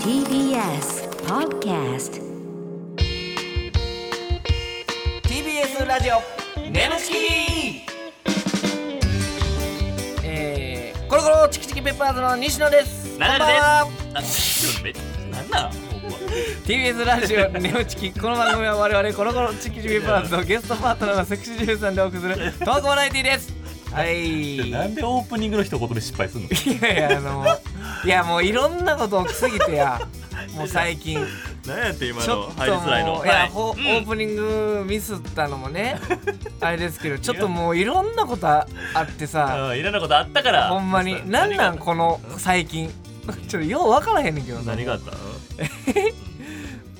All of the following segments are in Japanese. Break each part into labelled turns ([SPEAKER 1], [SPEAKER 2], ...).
[SPEAKER 1] TBS Podcast
[SPEAKER 2] TBS ラジオネムチキえー、コロコロチキチキペッパーズの西野です
[SPEAKER 3] ナ
[SPEAKER 2] こんばん
[SPEAKER 3] ダ
[SPEAKER 2] は
[SPEAKER 3] ルです。めなんだ。ほんま
[SPEAKER 2] TBS ラジオネムチキこの番組は我々コロコロチキチキペッパーズとゲストパートナーのセクシージュさんでお送りするトークバラエティですはい
[SPEAKER 3] なんでオープニングの一言で失敗するの。
[SPEAKER 2] いやいやあのいやもういろんなこと起きすぎてやもう最 近
[SPEAKER 3] なんやって今
[SPEAKER 2] ちょ
[SPEAKER 3] の
[SPEAKER 2] っ
[SPEAKER 3] 入り
[SPEAKER 2] と
[SPEAKER 3] づらいの。
[SPEAKER 2] もういやほオープニングミスったのもねあれですけどちょっともういろんなことああってさ
[SPEAKER 3] うんいろんなことあったから。
[SPEAKER 2] ほんまになん
[SPEAKER 3] 何が
[SPEAKER 2] なんこの最近 ちょっとよう分からへんねんけどさ
[SPEAKER 3] 何があったの？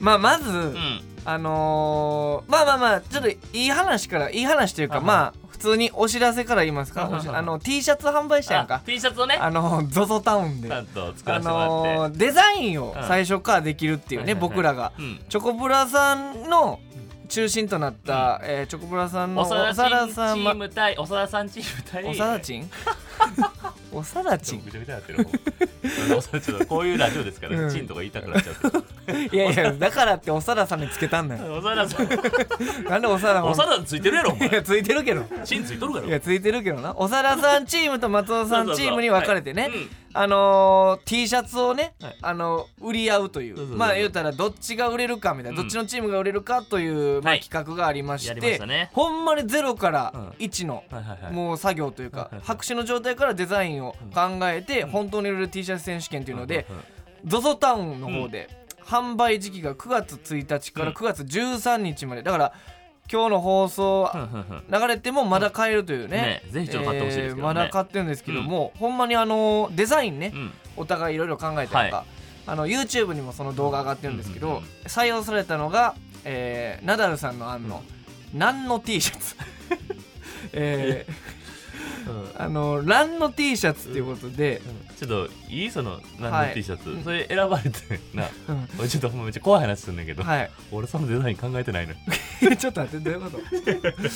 [SPEAKER 2] まあまず、
[SPEAKER 3] うん。
[SPEAKER 2] あのーまあまあまあちょっといい話からいい話というか
[SPEAKER 3] あはい
[SPEAKER 2] まあ普通にお知らせから言いますか
[SPEAKER 3] あはい
[SPEAKER 2] おしあの T シャツ販売したやん
[SPEAKER 3] あ
[SPEAKER 2] か
[SPEAKER 3] T シャツをね。
[SPEAKER 2] あの ZOZO タウンで
[SPEAKER 3] ちゃんと作
[SPEAKER 2] あ
[SPEAKER 3] らせてもらって。
[SPEAKER 2] のーデザインを
[SPEAKER 3] うん
[SPEAKER 2] 最初からできるっていうね、
[SPEAKER 3] はいはいはい
[SPEAKER 2] 僕らが、
[SPEAKER 3] うん
[SPEAKER 2] チョコプラさんの中心となった、えーチョコプラさんの
[SPEAKER 3] おさらさんチ
[SPEAKER 2] ま
[SPEAKER 3] ーム対おさらさんチーム対
[SPEAKER 2] おさら ちんおさらち
[SPEAKER 3] ちょ
[SPEAKER 2] ん
[SPEAKER 3] ぐちゃぐちゃになってるほんまおさらちょっとこういうラジオですか
[SPEAKER 2] う
[SPEAKER 3] ら
[SPEAKER 2] ん
[SPEAKER 3] チンとか言いたくなっちゃうけど
[SPEAKER 2] いやいやだからっておさらさんにつけたんだよ
[SPEAKER 3] おさらさん
[SPEAKER 2] なんでおさら
[SPEAKER 3] おさらついてるやろお
[SPEAKER 2] い
[SPEAKER 3] 前
[SPEAKER 2] やついてるけど
[SPEAKER 3] チンついとるか
[SPEAKER 2] い
[SPEAKER 3] ら
[SPEAKER 2] やついてるけどなおさらさんチームと松尾さんチームに分かれてね
[SPEAKER 3] そうそうそう
[SPEAKER 2] あのー、T シャツをね、
[SPEAKER 3] はい
[SPEAKER 2] あの売り合うという
[SPEAKER 3] そうそうそう
[SPEAKER 2] まあ言うたらどっちが売れるかみたいな、
[SPEAKER 3] う
[SPEAKER 2] ど
[SPEAKER 3] ん
[SPEAKER 2] っちのチームが売れるかという、まあ
[SPEAKER 3] はい
[SPEAKER 2] 企画がありまし
[SPEAKER 3] や
[SPEAKER 2] て
[SPEAKER 3] りましたね
[SPEAKER 2] ほんまにゼロ
[SPEAKER 3] う
[SPEAKER 2] から
[SPEAKER 3] ん
[SPEAKER 2] 1の、
[SPEAKER 3] はいはいはい
[SPEAKER 2] もう作業というか
[SPEAKER 3] はいはい
[SPEAKER 2] 白紙の状態からデザインを考えて、本当に売れる T シャツ選手権というので、ZOZO タウンの方で、販売時期が9月1日から
[SPEAKER 3] うん
[SPEAKER 2] 9月13日まで、だから今日の放送
[SPEAKER 3] うんうんうんうん
[SPEAKER 2] 流れてもまだ買えるというね
[SPEAKER 3] ねぜひちょっと買ってほしいですけど
[SPEAKER 2] ま
[SPEAKER 3] ね
[SPEAKER 2] だ買ってるんですけども、ほんまにあのデザインね、
[SPEAKER 3] うん
[SPEAKER 2] お互いいろいろ考えたりとか、
[SPEAKER 3] は
[SPEAKER 2] あの YouTube にもその動画上がってるんですけど、
[SPEAKER 3] うんうんうん
[SPEAKER 2] 採用されたのが、えーナダルさんの案の「何の T シャツ」 えー
[SPEAKER 3] うん
[SPEAKER 2] あのランの T シャツっていうことで、
[SPEAKER 3] ちょっといいその
[SPEAKER 2] は
[SPEAKER 3] 何
[SPEAKER 2] い
[SPEAKER 3] の T シャツ、それ選ばれてな
[SPEAKER 2] うん
[SPEAKER 3] 俺ちょっとほんまめっちゃ怖い話すんだけど、
[SPEAKER 2] はい
[SPEAKER 3] 俺そのデザイン考えてないの
[SPEAKER 2] ちょっと待ってどういうこと、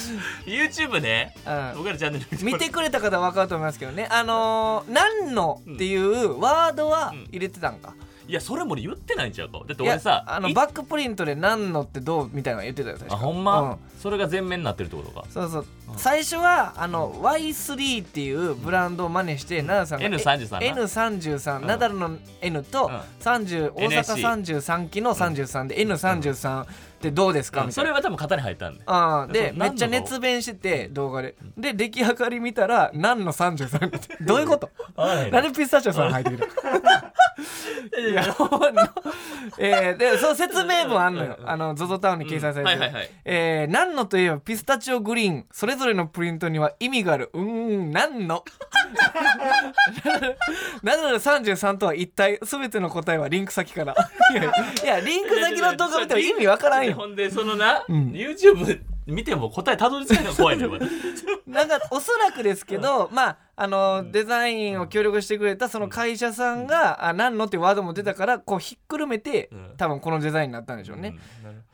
[SPEAKER 3] YouTube ね
[SPEAKER 2] うん、
[SPEAKER 3] 僕らチャンネル
[SPEAKER 2] 見てくれた方は分かると思いますけどねあのー「何の」っていうワードは
[SPEAKER 3] うん
[SPEAKER 2] 入れてたんか、
[SPEAKER 3] いやそれも俺言ってないんちゃうかだって
[SPEAKER 2] いや
[SPEAKER 3] 俺さ
[SPEAKER 2] あの
[SPEAKER 3] い
[SPEAKER 2] バックプリントで「何の」ってどうみたいなの言ってたよ確か
[SPEAKER 3] あほんま、
[SPEAKER 2] うん
[SPEAKER 3] それが全面になってるってことか
[SPEAKER 2] そうそう
[SPEAKER 3] うん
[SPEAKER 2] 最初はあの Y3 っていうブランドを真似してナダルさんが
[SPEAKER 3] N33 な
[SPEAKER 2] N33
[SPEAKER 3] うん
[SPEAKER 2] ナダルの N と
[SPEAKER 3] うん
[SPEAKER 2] 30大
[SPEAKER 3] NSC
[SPEAKER 2] 阪33期の33で N33 ってどうですか
[SPEAKER 3] う
[SPEAKER 2] み
[SPEAKER 3] ん
[SPEAKER 2] た
[SPEAKER 3] そ
[SPEAKER 2] い
[SPEAKER 3] れ
[SPEAKER 2] な。
[SPEAKER 3] は多分型に入ったんで
[SPEAKER 2] あーで
[SPEAKER 3] そう
[SPEAKER 2] めっちゃ熱弁してて動画でで出来上がり見たら何の33ってどういうことなんでピスタチオさん入ってきた いやほんの えーでその説明文あんのよあの ZOZO タウンに掲載されてる、
[SPEAKER 3] うんはいはいはい
[SPEAKER 2] えー、何のといえばピスタチオグリーンそれぞれのプリントには意味があるうーん何の ナダル33とは一体全ての答えはリンク先から いやいやリンク先の動画見ても意味わからんよ
[SPEAKER 3] ほんでそのな、
[SPEAKER 2] ん
[SPEAKER 3] YouTube 見ても答えたどり着けないの怖いねこれ
[SPEAKER 2] なんかおそらくですけど、まああのデザインを協力してくれたその会社さんが「あ何の?」ってワードも出たからこうひっくるめて、
[SPEAKER 3] うん
[SPEAKER 2] 多分このデザインになったんでしょうね。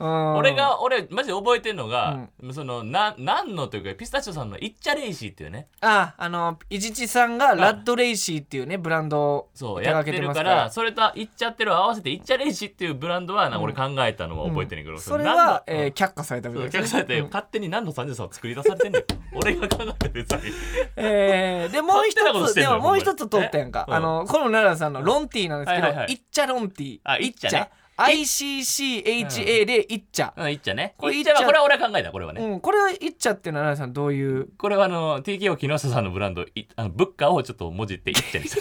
[SPEAKER 3] うん
[SPEAKER 2] うん
[SPEAKER 3] 俺が俺マジで覚えてんのが、そのななんのというかピスタチオさんのイッチャレイシーっていうね
[SPEAKER 2] ああの伊地知さんがラッドレイシーっていうねブランドを手
[SPEAKER 3] そうや
[SPEAKER 2] 掛
[SPEAKER 3] って
[SPEAKER 2] けて
[SPEAKER 3] る
[SPEAKER 2] ます
[SPEAKER 3] か
[SPEAKER 2] からら
[SPEAKER 3] それとイッチャってるを合わせてイッチャレイシーっていうブランドはな、俺考えたのは覚えてんねんけど、
[SPEAKER 2] それ
[SPEAKER 3] なんの
[SPEAKER 2] は、えー、却下されたみ
[SPEAKER 3] そう
[SPEAKER 2] た
[SPEAKER 3] お
[SPEAKER 2] いで
[SPEAKER 3] 客
[SPEAKER 2] す
[SPEAKER 3] さん
[SPEAKER 2] ね、
[SPEAKER 3] やって勝手に何の33を作り出されてんねん俺が考えたデザイン
[SPEAKER 2] えーでもう
[SPEAKER 3] 勝手なこと
[SPEAKER 2] 一つ
[SPEAKER 3] してん
[SPEAKER 2] で
[SPEAKER 3] の
[SPEAKER 2] ももう一つ通ったやんか、
[SPEAKER 3] えうん
[SPEAKER 2] あのこの奈良さんのロンティーなんですけど、
[SPEAKER 3] はいはいはい
[SPEAKER 2] いっちゃロンティー
[SPEAKER 3] あいっちゃね
[SPEAKER 2] ICCHA でいっちゃ、
[SPEAKER 3] うんイッチャね
[SPEAKER 2] これ
[SPEAKER 3] イッチャ
[SPEAKER 2] イッ
[SPEAKER 3] は
[SPEAKER 2] チャ
[SPEAKER 3] これは俺が考えたこれはね、
[SPEAKER 2] うん、これはいっちゃっていうのは奈良さんどういう
[SPEAKER 3] これはあの TKO 木下さんのブランドいあのブッカをちょっともじってイッチャにす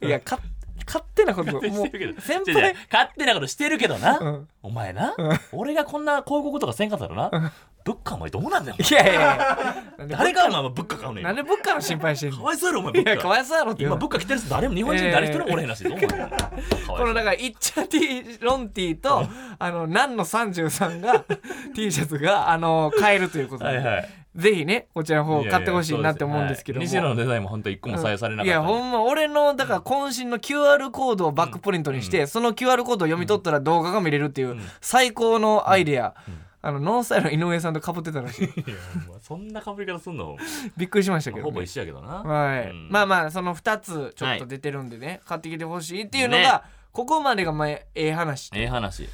[SPEAKER 3] る
[SPEAKER 2] いやか勝手なこともう
[SPEAKER 3] してるけど
[SPEAKER 2] 先
[SPEAKER 3] 違う違う
[SPEAKER 2] 輩
[SPEAKER 3] 勝手なことしてるけどな、
[SPEAKER 2] うん
[SPEAKER 3] お前な、俺がこんな広告とかせんかったらな、ブッカお前どうなんだよお前
[SPEAKER 2] いやいやい やなんで
[SPEAKER 3] 誰かお前ブッカ買うねん
[SPEAKER 2] なんで物価の心配してん
[SPEAKER 3] か
[SPEAKER 2] の
[SPEAKER 3] わいそうやろお前
[SPEAKER 2] い
[SPEAKER 3] ブッ
[SPEAKER 2] やか
[SPEAKER 3] カ
[SPEAKER 2] わいそうやろって言う
[SPEAKER 3] 今
[SPEAKER 2] の
[SPEAKER 3] ブッカ着てる人誰も日本人誰一人もおれへんらしいぞ お前
[SPEAKER 2] このだか
[SPEAKER 3] か
[SPEAKER 2] ら「いっちゃ T ロンティ」と「あのなんの33」が T シャツがあの買えるということ
[SPEAKER 3] はい
[SPEAKER 2] で
[SPEAKER 3] はい
[SPEAKER 2] ぜひねこちらの方買ってほしいなって思うんですけども
[SPEAKER 3] 西野のデザインも本当一個も採用されな
[SPEAKER 2] うんい
[SPEAKER 3] か
[SPEAKER 2] や
[SPEAKER 3] った
[SPEAKER 2] ほんま俺のだから渾身の QR コードをバックプリントにしてその QR コードを読み取ったら動画が見れるっていう最高のアイデアあのノンスタイルの井上さんとかぶってたらしい
[SPEAKER 3] いやほんまそんな被り方すんの
[SPEAKER 2] びっくりしましたけど
[SPEAKER 3] ほぼ
[SPEAKER 2] ね
[SPEAKER 3] 一緒やけどな
[SPEAKER 2] はい
[SPEAKER 3] うん
[SPEAKER 2] まあまあその2つちょっ
[SPEAKER 3] は
[SPEAKER 2] と
[SPEAKER 3] い
[SPEAKER 2] 出てるんでね買ってきてほしいっていうの
[SPEAKER 3] ね
[SPEAKER 2] がここまでがまあええ話
[SPEAKER 3] ええ話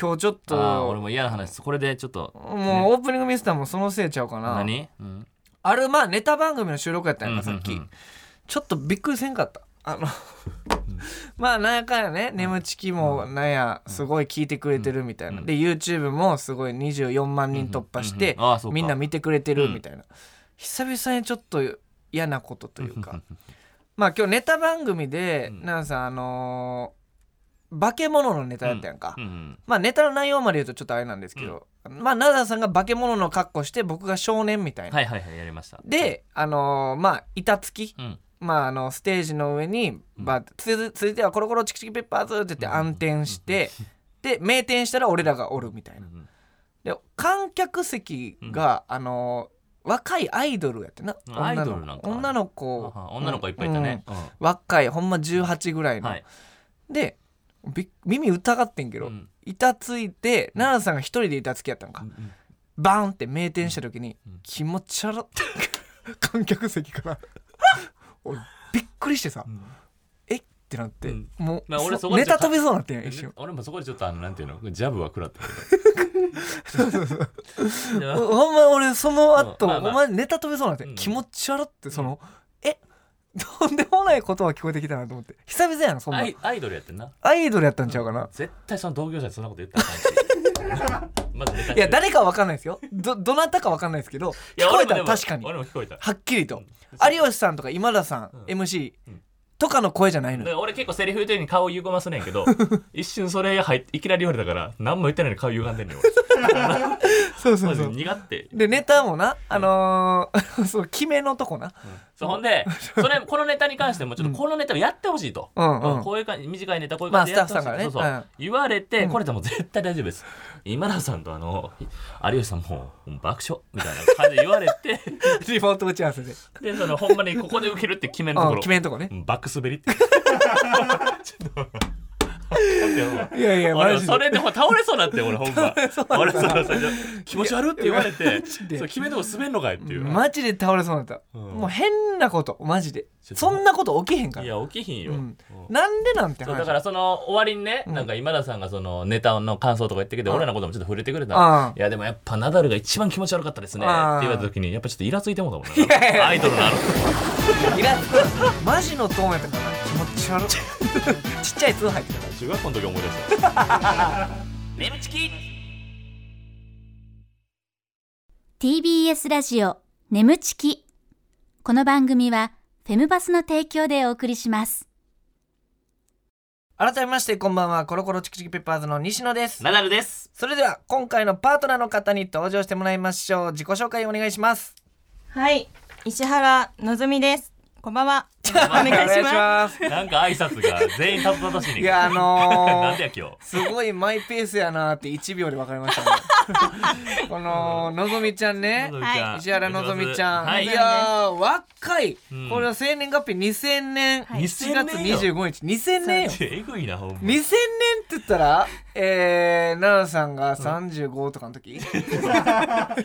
[SPEAKER 2] 今日ちょっ
[SPEAKER 3] ああ俺
[SPEAKER 2] と
[SPEAKER 3] も嫌な話これでちょっと
[SPEAKER 2] もうオープニングミスターもそのせいちゃうかな
[SPEAKER 3] 何うん
[SPEAKER 2] あるまあネタ番組の収録やったんやんかさっ
[SPEAKER 3] う
[SPEAKER 2] き
[SPEAKER 3] んうんうん
[SPEAKER 2] ちょっとびっくりせんかったあの まあなんやかんやね眠ちきもなんやすごい聞いてくれてるみたいなで YouTube もすごい24万人突破して
[SPEAKER 3] うんうんうんああそうか
[SPEAKER 2] みんな見てくれてるみたいな久々にちょっと嫌なことというかまあ今日ネタ番組で
[SPEAKER 3] うん
[SPEAKER 2] なんさんあのー化け物のネタやったやんか
[SPEAKER 3] うんうん
[SPEAKER 2] まあネタの内容まで言うとちょっとあれなんですけど、まあ奈々さんが化け物の格好して僕が少年みたいな。
[SPEAKER 3] はいはいはいやりました
[SPEAKER 2] で、あのーまあ板付き、
[SPEAKER 3] うん
[SPEAKER 2] まああのステージの上に、まあ、つづ続いてはコロコロチキチキペッパーズって言って暗転して、で名店したら俺らがおるみたいな。
[SPEAKER 3] うん
[SPEAKER 2] で観客席が、あのー若いアイドルやってな
[SPEAKER 3] うん
[SPEAKER 2] 女の
[SPEAKER 3] アイドルなんか
[SPEAKER 2] 女の子
[SPEAKER 3] あは女の子がいっぱいいたね、うん
[SPEAKER 2] うん若いほんま18ぐらいの、
[SPEAKER 3] はい
[SPEAKER 2] でび耳疑ってんけど、
[SPEAKER 3] うん
[SPEAKER 2] 板ついて奈々さんが一人で板つきやったんか、
[SPEAKER 3] うん
[SPEAKER 2] バーンって名店した時に、
[SPEAKER 3] うん
[SPEAKER 2] 気持ち悪っ観客席から 俺びっくりしてさ、
[SPEAKER 3] ん
[SPEAKER 2] えってなって、
[SPEAKER 3] うん
[SPEAKER 2] もう、
[SPEAKER 3] まあ俺そこで
[SPEAKER 2] ネ
[SPEAKER 3] ちょ
[SPEAKER 2] タ
[SPEAKER 3] っと
[SPEAKER 2] 飛びそうになってんや一瞬
[SPEAKER 3] 俺もそこでちょっとあのなんていうのジャブは食らった け
[SPEAKER 2] お
[SPEAKER 3] ど
[SPEAKER 2] ほんま俺その後、
[SPEAKER 3] うんまあまあ
[SPEAKER 2] お前ネタ飛びそうになって、
[SPEAKER 3] うん
[SPEAKER 2] 気持ち悪ってその、えとんでもないことは聞こえてきたなと思って久々やんそんな
[SPEAKER 3] アイアイドルやってんな
[SPEAKER 2] アイドルやったんちゃうかな、
[SPEAKER 3] 絶対その同業者にそんなこと言ったらあかんしまずネタして
[SPEAKER 2] いや誰かわかんないですよどどなたかわかんないですけど
[SPEAKER 3] いや
[SPEAKER 2] 聞こえたら
[SPEAKER 3] 俺も
[SPEAKER 2] 確かに
[SPEAKER 3] 俺も聞こえた
[SPEAKER 2] はっきりと
[SPEAKER 3] うん
[SPEAKER 2] 有吉さんとか今田さん、
[SPEAKER 3] う
[SPEAKER 2] MC
[SPEAKER 3] うん
[SPEAKER 2] とかの声じゃないの
[SPEAKER 3] だか
[SPEAKER 2] よ
[SPEAKER 3] ら俺結構セリフ言うてるに顔ゆがませねんけど一瞬それが入っていきなり言われたから何も言ってないのに顔ゆがんでんねん俺
[SPEAKER 2] そうそ
[SPEAKER 3] マ
[SPEAKER 2] う
[SPEAKER 3] ジ
[SPEAKER 2] そう
[SPEAKER 3] で苦手
[SPEAKER 2] でネタもなあのー そう決めのとこな
[SPEAKER 3] そうほんでそれこのネタに関してもちょっとこのネタをやってほしいと、
[SPEAKER 2] うんうん
[SPEAKER 3] こういう感じ短いネタこういう感じで
[SPEAKER 2] ま
[SPEAKER 3] や
[SPEAKER 2] あ
[SPEAKER 3] ってほ
[SPEAKER 2] スタッ
[SPEAKER 3] しい
[SPEAKER 2] フさん
[SPEAKER 3] そ
[SPEAKER 2] か
[SPEAKER 3] う
[SPEAKER 2] ら
[SPEAKER 3] そ
[SPEAKER 2] ね
[SPEAKER 3] う、言われてこれでも絶対大丈夫です今田さんとあの有吉さんももう爆笑みたいな感じで言われて
[SPEAKER 2] リモート打ち合わせで
[SPEAKER 3] でそのほんまにここで受けるって決めると
[SPEAKER 2] う
[SPEAKER 3] こ
[SPEAKER 2] ん
[SPEAKER 3] ろ
[SPEAKER 2] 決めのとこね
[SPEAKER 3] うんバック滑り ってちょっと待ってお前
[SPEAKER 2] いやいやマ
[SPEAKER 3] 俺
[SPEAKER 2] ジ
[SPEAKER 3] そ
[SPEAKER 2] で
[SPEAKER 3] れでもう倒れそうになって俺ほんま俺その最初気持ち悪って言われ
[SPEAKER 2] いや
[SPEAKER 3] て
[SPEAKER 2] マ
[SPEAKER 3] そ
[SPEAKER 2] ジ
[SPEAKER 3] う
[SPEAKER 2] で
[SPEAKER 3] 決めても滑んのかいっていう
[SPEAKER 2] マジで倒れそうになった
[SPEAKER 3] うん
[SPEAKER 2] もう変なことマジで
[SPEAKER 3] ちょっと
[SPEAKER 2] そんなこと起きへんか
[SPEAKER 3] い
[SPEAKER 2] ら
[SPEAKER 3] や起きひんよ、
[SPEAKER 2] う
[SPEAKER 3] うんん
[SPEAKER 2] なんでなんて
[SPEAKER 3] そう
[SPEAKER 2] 話
[SPEAKER 3] だからその終わりにね、なんか今田さんがそのネタの感想とか言ってきて、俺らのこともちょっと触れてくれた
[SPEAKER 2] ああ
[SPEAKER 3] いやでもやっぱナダルが一番気持ち悪かったですねって
[SPEAKER 2] ああ
[SPEAKER 3] 言われた時にやっぱちょっとイラついてもう たもん
[SPEAKER 2] いやいや
[SPEAKER 3] なアイドルなの
[SPEAKER 2] イラつく マジのトーンやったから気持ち悪いちっちゃい 通入ってたから
[SPEAKER 3] 中学校の時思い 出したネムチキ
[SPEAKER 1] TBS ラジオ眠ちきこの番組はフェムバスの提供でお送りします
[SPEAKER 2] 改めましてこんばんはコロコロチキチキペッパーズの西野です
[SPEAKER 3] ナダルです
[SPEAKER 2] それでは今回のパートナーの方に登場してもらいましょう自己紹介お願いします
[SPEAKER 4] はい、石原のぞみです。こんばんは。お願いします。
[SPEAKER 2] す
[SPEAKER 3] なんか挨拶が全員たぶたぶしいねん
[SPEAKER 2] いやあ
[SPEAKER 3] な
[SPEAKER 2] の
[SPEAKER 3] ん
[SPEAKER 2] ー
[SPEAKER 3] でや今日
[SPEAKER 2] すごいマイペースやなーって1秒で分かりましたね こののぞみちゃんね
[SPEAKER 3] のぞみちゃん
[SPEAKER 2] 石原のぞみちゃん、、
[SPEAKER 3] はいい
[SPEAKER 2] やー若い、
[SPEAKER 3] うん
[SPEAKER 2] これは生年月日2000年
[SPEAKER 4] い
[SPEAKER 2] 7月25日2000年よ
[SPEAKER 3] いやえぐいなほんま
[SPEAKER 2] 2000年って言ったらえー、奈々さんが35とかの時、
[SPEAKER 3] 俺だっ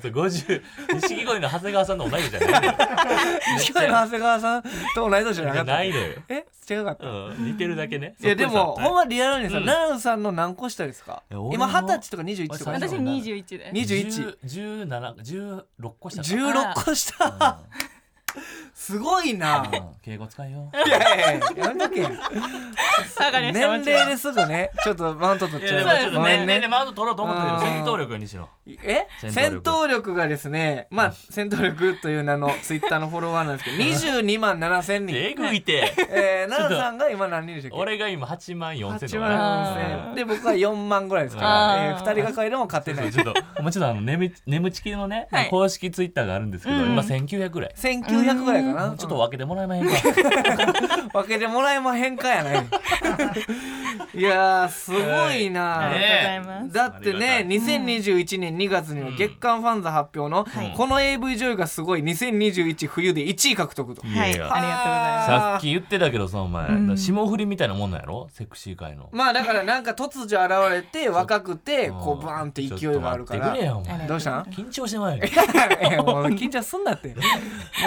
[SPEAKER 3] て50錦鯉の長谷川さんの同い年じゃないのよ
[SPEAKER 2] 石原の長谷川さんと同い年じゃな
[SPEAKER 3] じ
[SPEAKER 2] か
[SPEAKER 3] ゃ
[SPEAKER 2] っ
[SPEAKER 3] な
[SPEAKER 2] た
[SPEAKER 3] いのよ、
[SPEAKER 2] え違うかった
[SPEAKER 3] うん、似てるだけね
[SPEAKER 2] いやでも
[SPEAKER 3] そっくりさ
[SPEAKER 2] ほんまリアルにさ
[SPEAKER 3] うん
[SPEAKER 2] 奈良さんの何個下ですか
[SPEAKER 3] いや俺
[SPEAKER 2] 今
[SPEAKER 3] も
[SPEAKER 2] 二十歳とか21とか
[SPEAKER 3] 俺
[SPEAKER 4] 私
[SPEAKER 3] 30
[SPEAKER 4] 二十一です。
[SPEAKER 2] 21
[SPEAKER 3] 10 17 16個したか
[SPEAKER 2] 16個下すごいな
[SPEAKER 3] うん敬語使いよ
[SPEAKER 2] いやいやいややめとけ
[SPEAKER 4] わかりました。
[SPEAKER 2] 年齢ですぐねちょっとマウント取っ
[SPEAKER 3] い
[SPEAKER 2] ち
[SPEAKER 3] やで
[SPEAKER 2] ゃ
[SPEAKER 3] も
[SPEAKER 2] う
[SPEAKER 3] ちょっ
[SPEAKER 2] ご
[SPEAKER 3] と
[SPEAKER 2] めん
[SPEAKER 3] 年齢で
[SPEAKER 2] ね
[SPEAKER 3] マウント取ろうと思ったけど
[SPEAKER 2] あー
[SPEAKER 3] 戦闘力が西野
[SPEAKER 2] え戦
[SPEAKER 3] 戦
[SPEAKER 2] 闘
[SPEAKER 3] 闘
[SPEAKER 2] 力がですねまあ戦闘力という名のツイッターのフォロワーなんですけど22万7000人
[SPEAKER 3] えぐいて
[SPEAKER 2] えー奈良さんが今何人でしたっけ
[SPEAKER 3] 俺が今8万4千
[SPEAKER 2] 8
[SPEAKER 3] と
[SPEAKER 2] 万
[SPEAKER 3] か
[SPEAKER 2] 4000で僕は4万ぐらいですから、えー、2人が買えるも勝て
[SPEAKER 3] ね
[SPEAKER 2] な
[SPEAKER 3] そ
[SPEAKER 2] いう
[SPEAKER 3] ちょっともうちょっとあの眠眠ちきのね、
[SPEAKER 4] はい
[SPEAKER 3] 公式ツイッターがあるんですけど、
[SPEAKER 4] うん
[SPEAKER 3] 今1900ぐらい
[SPEAKER 2] 1900ぐらいかな
[SPEAKER 3] ちょっと分けてもらえまへんか
[SPEAKER 2] 分けてもらえまへんかや ないいやーすごいな、
[SPEAKER 4] あ
[SPEAKER 3] ね
[SPEAKER 4] りがとうございます。
[SPEAKER 2] だって
[SPEAKER 3] あ
[SPEAKER 2] ね2021年2月には月間ファンザ発表の、
[SPEAKER 4] はい
[SPEAKER 2] この AV 女優がすごい2021冬で1位獲得と、
[SPEAKER 3] い
[SPEAKER 4] は
[SPEAKER 3] や
[SPEAKER 4] い、あり
[SPEAKER 3] いや
[SPEAKER 4] がとうございます。
[SPEAKER 3] さっき言ってたけどさお前、
[SPEAKER 4] うん
[SPEAKER 3] 霜降りみたいなもんなんやろセクシー界の、
[SPEAKER 2] まあだからなんか突如現れて若くて
[SPEAKER 3] うん
[SPEAKER 2] こうバーンって勢いがあるか
[SPEAKER 3] ちょっと
[SPEAKER 2] ら
[SPEAKER 3] 待って くれよお前
[SPEAKER 4] れ
[SPEAKER 2] どうしたん
[SPEAKER 3] 緊張してまう よ
[SPEAKER 2] いやもう緊張すんなっても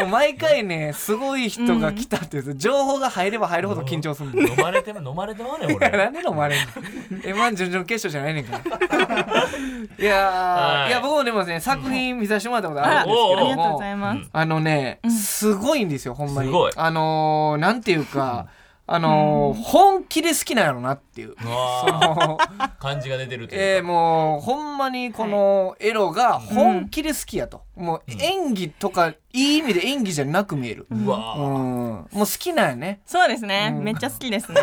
[SPEAKER 2] う毎回いねすごい人が来たっていう情報が入れば入るほど緊張するんだよ
[SPEAKER 3] 飲まれても飲まれてまうね
[SPEAKER 2] いや
[SPEAKER 3] 俺
[SPEAKER 2] 何で飲まれんの M−1 準々決勝じゃないねん からいや
[SPEAKER 3] は
[SPEAKER 2] ー
[SPEAKER 3] い
[SPEAKER 2] いや僕もでもね作品見させてもらったこと
[SPEAKER 4] あ
[SPEAKER 2] あるんですけ
[SPEAKER 4] あ
[SPEAKER 2] ど
[SPEAKER 4] りがとうご
[SPEAKER 2] も
[SPEAKER 4] ざいます。
[SPEAKER 2] あのね
[SPEAKER 4] ん
[SPEAKER 2] すごいんですよほんまに
[SPEAKER 3] すごい
[SPEAKER 2] あのーなんていうかあのー本気で好きなんやろなって いう
[SPEAKER 3] うわ
[SPEAKER 2] そ
[SPEAKER 3] ー
[SPEAKER 2] の
[SPEAKER 3] 感じが出てるとい
[SPEAKER 2] え
[SPEAKER 3] う
[SPEAKER 2] ーもうほんまにこのエロが本気で好きやともう演技とかいい意味で演技じゃなく見える
[SPEAKER 3] かう
[SPEAKER 2] うん
[SPEAKER 3] わ
[SPEAKER 2] もう好きなんやね
[SPEAKER 4] そうですね。
[SPEAKER 2] うん
[SPEAKER 4] めっちゃ好きで すね。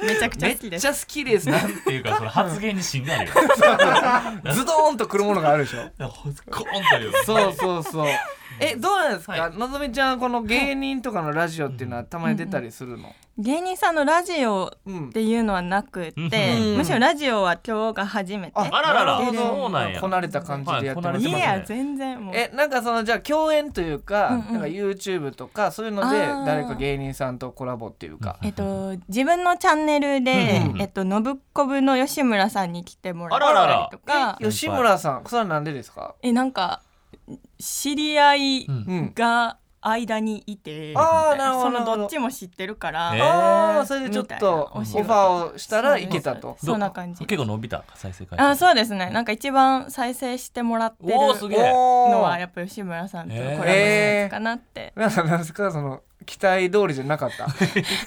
[SPEAKER 4] めちゃくちゃ
[SPEAKER 2] め
[SPEAKER 4] 好
[SPEAKER 2] っ
[SPEAKER 4] きで
[SPEAKER 2] ち
[SPEAKER 4] す。
[SPEAKER 2] ゃ好きです
[SPEAKER 3] ー
[SPEAKER 2] ね
[SPEAKER 3] なんていうかその発言に芯があるよ
[SPEAKER 2] ズドーンとくるものがあるでしょ
[SPEAKER 3] コーンとあるよ
[SPEAKER 2] そうそうそう。え、どうなんですか、
[SPEAKER 3] は
[SPEAKER 2] のぞみちゃん、この芸人とかのラジオっていうのはたまに出たりするの。
[SPEAKER 4] 芸人さんのラジオ
[SPEAKER 2] うん
[SPEAKER 4] っ。ていうのはなくって、
[SPEAKER 2] うん
[SPEAKER 4] むしろラジオは今日が初めて。
[SPEAKER 3] あららら
[SPEAKER 2] なるほど
[SPEAKER 3] そうなんや
[SPEAKER 2] こなれた感じでやってま
[SPEAKER 3] は
[SPEAKER 2] す
[SPEAKER 3] い
[SPEAKER 4] い
[SPEAKER 3] こなれて
[SPEAKER 4] や全然もう。
[SPEAKER 2] え、なんかその、じゃあ共演というか、
[SPEAKER 4] うんうん
[SPEAKER 2] なんか YouTube とか、そういうので
[SPEAKER 4] あ、ー
[SPEAKER 2] 誰か芸人さんとコラボっていうか。
[SPEAKER 4] えっと、自分のチャンネルで
[SPEAKER 2] うんう、ん
[SPEAKER 4] えっと、信子部の吉村さんに来てもらっ
[SPEAKER 3] あらら
[SPEAKER 4] た
[SPEAKER 3] ら
[SPEAKER 4] りとか。
[SPEAKER 3] え
[SPEAKER 2] 吉村さん、それはなんでですか
[SPEAKER 4] え、なんか、知り合い
[SPEAKER 3] うん
[SPEAKER 2] うん。
[SPEAKER 4] が間にいて。
[SPEAKER 2] ああ、なるほど
[SPEAKER 4] そ
[SPEAKER 2] なる
[SPEAKER 4] の
[SPEAKER 2] ほど。
[SPEAKER 4] どっちも知ってるから。
[SPEAKER 3] えー
[SPEAKER 2] ああ、それでちょっ
[SPEAKER 4] みたいな
[SPEAKER 2] とオ
[SPEAKER 4] お
[SPEAKER 2] フ
[SPEAKER 4] 仕
[SPEAKER 2] ァ
[SPEAKER 4] 事
[SPEAKER 2] ーをしたらいけたと。
[SPEAKER 4] そうな感じ。
[SPEAKER 3] 結構伸びた再生回数
[SPEAKER 4] あ、そうですね。なんか一番再生してもらってる
[SPEAKER 3] おおすげえ
[SPEAKER 4] の
[SPEAKER 2] お
[SPEAKER 4] は
[SPEAKER 2] ー
[SPEAKER 4] やっぱ吉村さんと
[SPEAKER 3] え
[SPEAKER 4] コ
[SPEAKER 3] ー
[SPEAKER 4] ラボしたやつかなって。
[SPEAKER 2] なんかなんですかその期待通りじゃ なかった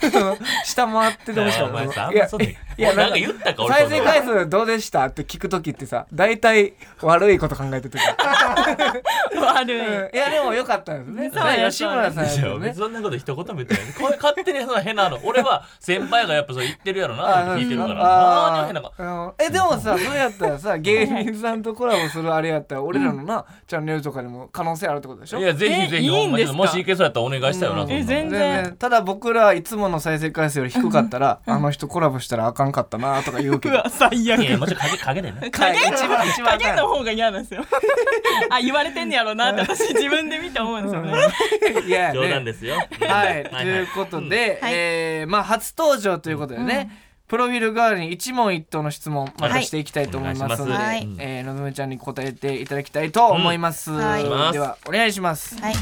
[SPEAKER 2] その下回ってどうした
[SPEAKER 3] お前さあ
[SPEAKER 2] の
[SPEAKER 3] んまそうで
[SPEAKER 2] いや
[SPEAKER 3] なん
[SPEAKER 2] な
[SPEAKER 3] か
[SPEAKER 2] んか
[SPEAKER 3] 言ったか俺
[SPEAKER 2] 再
[SPEAKER 3] そん
[SPEAKER 2] 生
[SPEAKER 3] な
[SPEAKER 2] 回数どうでしたって聞く時ってさ大体悪いこと考えてて
[SPEAKER 4] 悪い。
[SPEAKER 2] いやでも良かったですね
[SPEAKER 4] そうです
[SPEAKER 2] ね吉村さんやけ
[SPEAKER 3] いや
[SPEAKER 2] どね
[SPEAKER 3] 別にそんなこと一言も言ってないこれ勝手にその変なの俺は先輩がやっぱそう言ってるやろなって聞いてるから
[SPEAKER 2] あ
[SPEAKER 3] あ
[SPEAKER 2] あ
[SPEAKER 3] あ変なこと
[SPEAKER 2] うんえでもさそれやったらさ芸人さんとコラボするあれやったら俺らのなチャンネルとかでも可能性あるってことでしょ
[SPEAKER 3] いやぜひぜひ
[SPEAKER 4] えいいんですか
[SPEAKER 3] ほまもし行けそうやったらお願いしたいよな、
[SPEAKER 2] うん
[SPEAKER 3] そんなの
[SPEAKER 4] え全然
[SPEAKER 2] ただ僕らいつもの再生回数より低かったらあの人コラボしたらあかんかったなとか言うけ
[SPEAKER 4] う
[SPEAKER 2] ど
[SPEAKER 4] わ、 最
[SPEAKER 3] いや
[SPEAKER 4] 悪。
[SPEAKER 3] もちろん影影でね
[SPEAKER 4] 影
[SPEAKER 2] 一番一番あかん
[SPEAKER 4] 影の方が嫌なんですよ。あ、言われてんねやろなって 私自分で見て思うんですよね。
[SPEAKER 2] いや
[SPEAKER 3] 冗談
[SPEAKER 2] ね
[SPEAKER 3] ですよ、
[SPEAKER 2] はい、ということで、
[SPEAKER 4] はい
[SPEAKER 2] えーまあ初登場ということでね、プロフィール代わりに一問一答の質問またしていきたいと思いますので、
[SPEAKER 3] はい
[SPEAKER 4] お願いし
[SPEAKER 3] ます
[SPEAKER 2] えーのぞみちゃんに答えていただきたいと思います、
[SPEAKER 4] んはい
[SPEAKER 2] ではお願いします、
[SPEAKER 4] はい。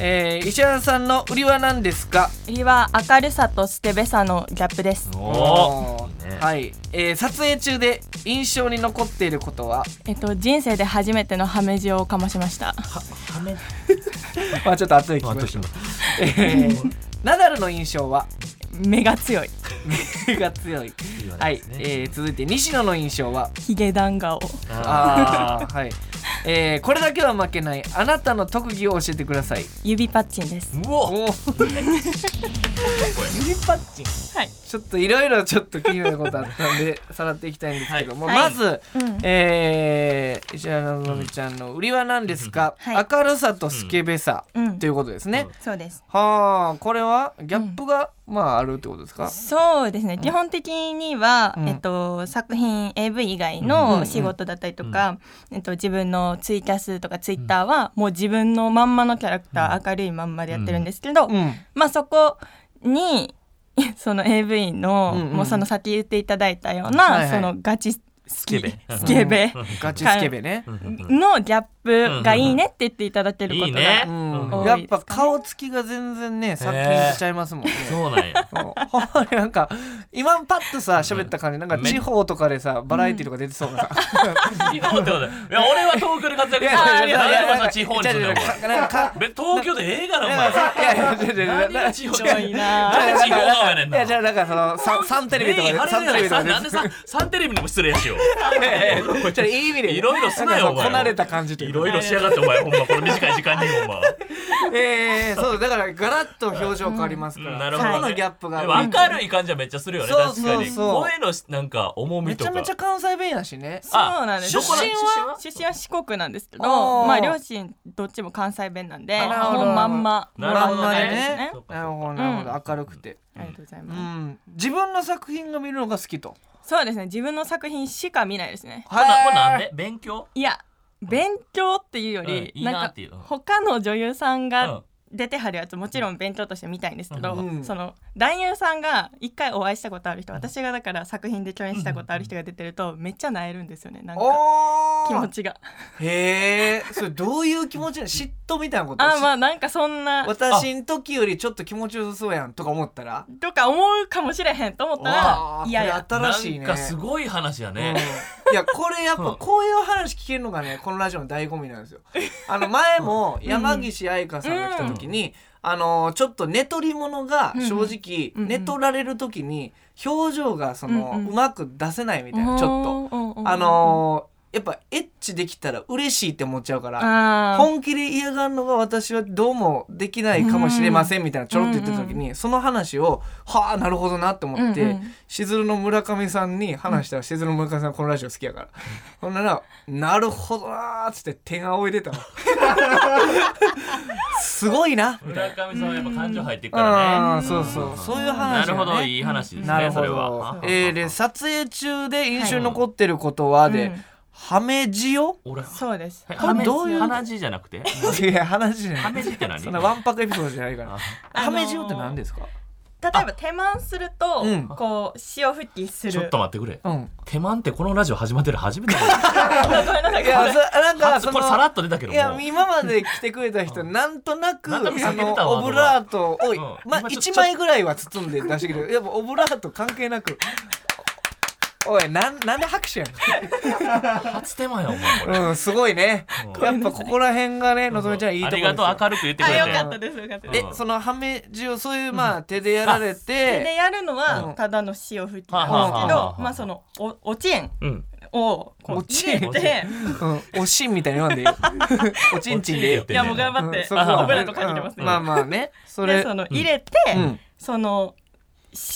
[SPEAKER 2] えー石原さんの売りは何ですか
[SPEAKER 4] 売りは明るさと捨てべさのギャップです。
[SPEAKER 3] おお
[SPEAKER 2] お
[SPEAKER 3] ー
[SPEAKER 2] ー
[SPEAKER 3] いいね
[SPEAKER 2] はい、えー撮影中で印象に残っていることは、
[SPEAKER 4] えっと、人生で初めてのハメジをかましました。
[SPEAKER 3] はめ
[SPEAKER 2] まあちょっと後で聞き
[SPEAKER 3] あ
[SPEAKER 2] ま
[SPEAKER 3] と
[SPEAKER 2] し
[SPEAKER 3] して
[SPEAKER 2] ょう
[SPEAKER 3] も
[SPEAKER 2] えーナダルの印象は
[SPEAKER 4] 目が強い。
[SPEAKER 2] 目が強いはい、えー続いて西野の印象は
[SPEAKER 4] ヒゲダン顔。
[SPEAKER 2] あーはい、えーこれだけは負けないあなたの特技を教えてください
[SPEAKER 4] 指パッチンです。
[SPEAKER 3] うお
[SPEAKER 2] お指パッチン
[SPEAKER 4] はい。
[SPEAKER 2] ちょっといろいろちょっと気になることあったん でさらっていきたいんですけども、
[SPEAKER 4] はい
[SPEAKER 2] まず、えー石原のぞみちゃんの売りは何ですか、
[SPEAKER 4] うんはい
[SPEAKER 2] 明るさとスケベさ、
[SPEAKER 4] うん
[SPEAKER 2] ということですね、
[SPEAKER 4] そうです。
[SPEAKER 2] はあこれはギャップが、まああるってことですか
[SPEAKER 4] そうですね、基本的には、
[SPEAKER 2] うん
[SPEAKER 4] えっと、作品 AV 以外
[SPEAKER 2] うん
[SPEAKER 4] の仕事だったりとか、えっと、自分のツイキャスとかツイッターは、もう自分のまんまのキャラクター、明るいまんまでやってるんですけど、
[SPEAKER 2] うん
[SPEAKER 4] まあそこに その AV の、
[SPEAKER 2] うんうん
[SPEAKER 4] もうその先言っていただいたよう
[SPEAKER 2] は
[SPEAKER 4] な、
[SPEAKER 2] いはい
[SPEAKER 4] そのガチス
[SPEAKER 3] ケベ
[SPEAKER 4] スケベ
[SPEAKER 2] ガチスケベね、
[SPEAKER 4] のギャップがいいねって言っていただけることが、
[SPEAKER 3] いいね
[SPEAKER 2] う
[SPEAKER 3] うん
[SPEAKER 2] ん、
[SPEAKER 4] 多
[SPEAKER 2] やっ
[SPEAKER 4] いですかね
[SPEAKER 2] ぱ顔つきが全然ね作品しちゃいますもんね、
[SPEAKER 3] そう なんや
[SPEAKER 2] うんほんまに なんか今パッとさ喋った感じなんか地方とかでさバラエティーとか出てそうなさ、
[SPEAKER 3] 地方ってことだよ いや俺は東京で活躍してる
[SPEAKER 2] あ
[SPEAKER 3] あ
[SPEAKER 2] ー
[SPEAKER 3] りがとうございます地方に住んでる
[SPEAKER 2] 違う違う違うなんかか
[SPEAKER 3] お前東京でええがなお
[SPEAKER 2] なんか
[SPEAKER 3] 前
[SPEAKER 2] さいやいや違う違う
[SPEAKER 3] 何
[SPEAKER 2] な
[SPEAKER 3] が
[SPEAKER 2] な
[SPEAKER 3] 地方
[SPEAKER 4] ちょいな
[SPEAKER 3] 何が地方顔やねん
[SPEAKER 2] いや
[SPEAKER 3] な
[SPEAKER 2] じゃあなんかそのササンテレビとか
[SPEAKER 3] ねえ
[SPEAKER 2] で
[SPEAKER 3] あれ
[SPEAKER 2] サンテレビとかで
[SPEAKER 3] なんでさ サンテレビにも失礼しよ
[SPEAKER 2] ち
[SPEAKER 3] う
[SPEAKER 2] ょっといい意味で
[SPEAKER 3] いろいろすなよ
[SPEAKER 2] なんか
[SPEAKER 3] お前
[SPEAKER 2] こなれた感じとい
[SPEAKER 3] いう
[SPEAKER 2] か
[SPEAKER 3] ろいろしやがってお 前ほんまこの短い時間にお前
[SPEAKER 2] ええそうだからガラッと表情変わりますから、
[SPEAKER 3] うんなる
[SPEAKER 2] そ
[SPEAKER 3] ほどね
[SPEAKER 2] このギャップが
[SPEAKER 3] で
[SPEAKER 2] ある
[SPEAKER 3] も明るい感じはめっちゃするよね
[SPEAKER 2] そう
[SPEAKER 3] 確かに
[SPEAKER 2] そうそう
[SPEAKER 3] 声のなんか重み
[SPEAKER 2] め
[SPEAKER 3] と
[SPEAKER 2] ち
[SPEAKER 3] か
[SPEAKER 2] ゃめちゃ関西弁やしね
[SPEAKER 4] そうなんです
[SPEAKER 3] あどこな
[SPEAKER 4] 出身は
[SPEAKER 3] 出
[SPEAKER 4] 出身は四国なんですけど
[SPEAKER 2] あー
[SPEAKER 4] まあ両親どっちも関西弁なんで
[SPEAKER 2] あなるほど
[SPEAKER 4] もうまんま
[SPEAKER 3] なるほど
[SPEAKER 4] もうまん
[SPEAKER 2] な
[SPEAKER 4] まで
[SPEAKER 2] るほどね
[SPEAKER 4] すね
[SPEAKER 3] そうか
[SPEAKER 2] なるほどなるほど、明るくて、
[SPEAKER 4] ありがとうございうます、
[SPEAKER 2] ん、自分の作品が見るのが好きと
[SPEAKER 4] そうですね自分の作品しか見ないですね
[SPEAKER 3] これなこれなんで勉強
[SPEAKER 4] いや勉強っていうよ
[SPEAKER 3] うん
[SPEAKER 4] り、
[SPEAKER 3] いいな
[SPEAKER 4] なん
[SPEAKER 3] っ
[SPEAKER 4] か
[SPEAKER 3] ていううん
[SPEAKER 4] 他の女優さん
[SPEAKER 3] う
[SPEAKER 4] が
[SPEAKER 3] ん
[SPEAKER 4] 出てはるやつもちろん弁当として見たいんですけど、
[SPEAKER 2] うん
[SPEAKER 4] その男優さんが一回お会いしたことある人私がだから作品で共演したことある人が出てるとめっちゃ泣えるんですよねなんか気
[SPEAKER 2] お
[SPEAKER 4] 持
[SPEAKER 2] ー
[SPEAKER 4] ちが。
[SPEAKER 2] へえそれどういう気持 ちなの嫉妬みたいなこと
[SPEAKER 4] あーまあなんかそんな
[SPEAKER 2] 私ん時よりちょっと気持ちよさそうやんとか思ったら
[SPEAKER 4] とか思うかもしれへんと思ったら
[SPEAKER 2] わー
[SPEAKER 4] 嫌
[SPEAKER 2] こ
[SPEAKER 4] や
[SPEAKER 2] れ新しいね
[SPEAKER 3] なんかすごい話やね。
[SPEAKER 2] うんいやこれやっぱこういう話聞けるのがねこのラジオの醍醐味なんですよ。あの前も山岸愛香さんが来た時に、あのちょっと寝取り者が正
[SPEAKER 4] うんう
[SPEAKER 2] 直
[SPEAKER 4] ん
[SPEAKER 2] 寝取られる時に表情がその、
[SPEAKER 4] う
[SPEAKER 2] うん
[SPEAKER 4] うん
[SPEAKER 2] まく出せないみたいなちょっと。
[SPEAKER 4] と
[SPEAKER 2] あのやっぱエッチできたら嬉しいって思っちゃうから
[SPEAKER 4] 本
[SPEAKER 2] 本気で嫌がるのが私はどうもできないかもしれませんみたいなちょろっと言ってた時に、その話をはあなるほどなと思って、
[SPEAKER 4] うんうん
[SPEAKER 2] しずるの村上さんに話したら、しずるの村上さんこのラジオ好きやから、ほんなら「なるほどな」っつって手が仰いで たのすごいなみたい
[SPEAKER 3] 村上さんはやっぱ感情入ってくからね。
[SPEAKER 2] な、うんそうそうそういう話、ね、
[SPEAKER 3] なるほどいい話です
[SPEAKER 2] な
[SPEAKER 3] ね
[SPEAKER 2] る
[SPEAKER 3] そ
[SPEAKER 2] ほ
[SPEAKER 3] れは
[SPEAKER 2] ど。。えー、で撮影中で印象に残ってること
[SPEAKER 4] う
[SPEAKER 2] は
[SPEAKER 4] ん
[SPEAKER 2] で、ハメ塩
[SPEAKER 3] 俺
[SPEAKER 4] そうです
[SPEAKER 3] え
[SPEAKER 2] これどういう
[SPEAKER 3] 鼻血じゃなくて
[SPEAKER 2] いや話じゃない
[SPEAKER 3] 鼻血って何
[SPEAKER 2] そんなわんぱくエピソードじゃないから
[SPEAKER 3] あ。
[SPEAKER 2] ハメ塩って何ですか？
[SPEAKER 4] 例えば手満すると
[SPEAKER 2] うん
[SPEAKER 4] こう潮吹きする
[SPEAKER 3] ちょっと待ってくれ。
[SPEAKER 2] うん。
[SPEAKER 3] 手間ってこのラジオ始まってる初め てだよ
[SPEAKER 2] いや、そなんかそ
[SPEAKER 3] 初これさ
[SPEAKER 2] の。
[SPEAKER 3] らっと出たけど
[SPEAKER 2] い
[SPEAKER 3] も。
[SPEAKER 2] や今まで来てくれた人なんとなくあ
[SPEAKER 3] 中身避けてた
[SPEAKER 2] の
[SPEAKER 3] わ
[SPEAKER 2] オブラートを
[SPEAKER 3] ん
[SPEAKER 2] まあ
[SPEAKER 3] 今ちょ
[SPEAKER 2] 1枚ぐらいは包んで出してくれるやっぱオブラート関係なくお いなんなんで拍手や
[SPEAKER 3] 初手間やお前これ。
[SPEAKER 2] ねんうんすごいね
[SPEAKER 3] うん
[SPEAKER 2] やっぱここら辺がねのぞみちゃんいいとこ
[SPEAKER 3] ありがとう明るく言ってく
[SPEAKER 4] あ
[SPEAKER 3] れ
[SPEAKER 4] よ
[SPEAKER 3] て。
[SPEAKER 4] かったですよかっ
[SPEAKER 2] で
[SPEAKER 4] たです
[SPEAKER 2] すよえそのハメ塩そういうまあ手でやられ
[SPEAKER 4] 手で
[SPEAKER 2] て
[SPEAKER 4] やるの
[SPEAKER 2] うん
[SPEAKER 4] はただの潮吹きなん
[SPEAKER 2] は
[SPEAKER 4] です
[SPEAKER 2] あ
[SPEAKER 4] け
[SPEAKER 2] はあ
[SPEAKER 3] は
[SPEAKER 4] ど
[SPEAKER 3] あ
[SPEAKER 4] まあそのおおちん
[SPEAKER 3] うん。
[SPEAKER 4] をこ
[SPEAKER 2] お
[SPEAKER 4] う
[SPEAKER 2] ちん
[SPEAKER 4] 入れて
[SPEAKER 2] うんおしんみたいに言わんでい いおちんちんでいいよ
[SPEAKER 4] いやもう頑張っ
[SPEAKER 2] うん
[SPEAKER 4] て
[SPEAKER 2] そこは
[SPEAKER 4] オブラートかけてます
[SPEAKER 2] うん
[SPEAKER 4] ね
[SPEAKER 2] まあまあねそれ
[SPEAKER 4] でその入れて
[SPEAKER 2] うん
[SPEAKER 4] その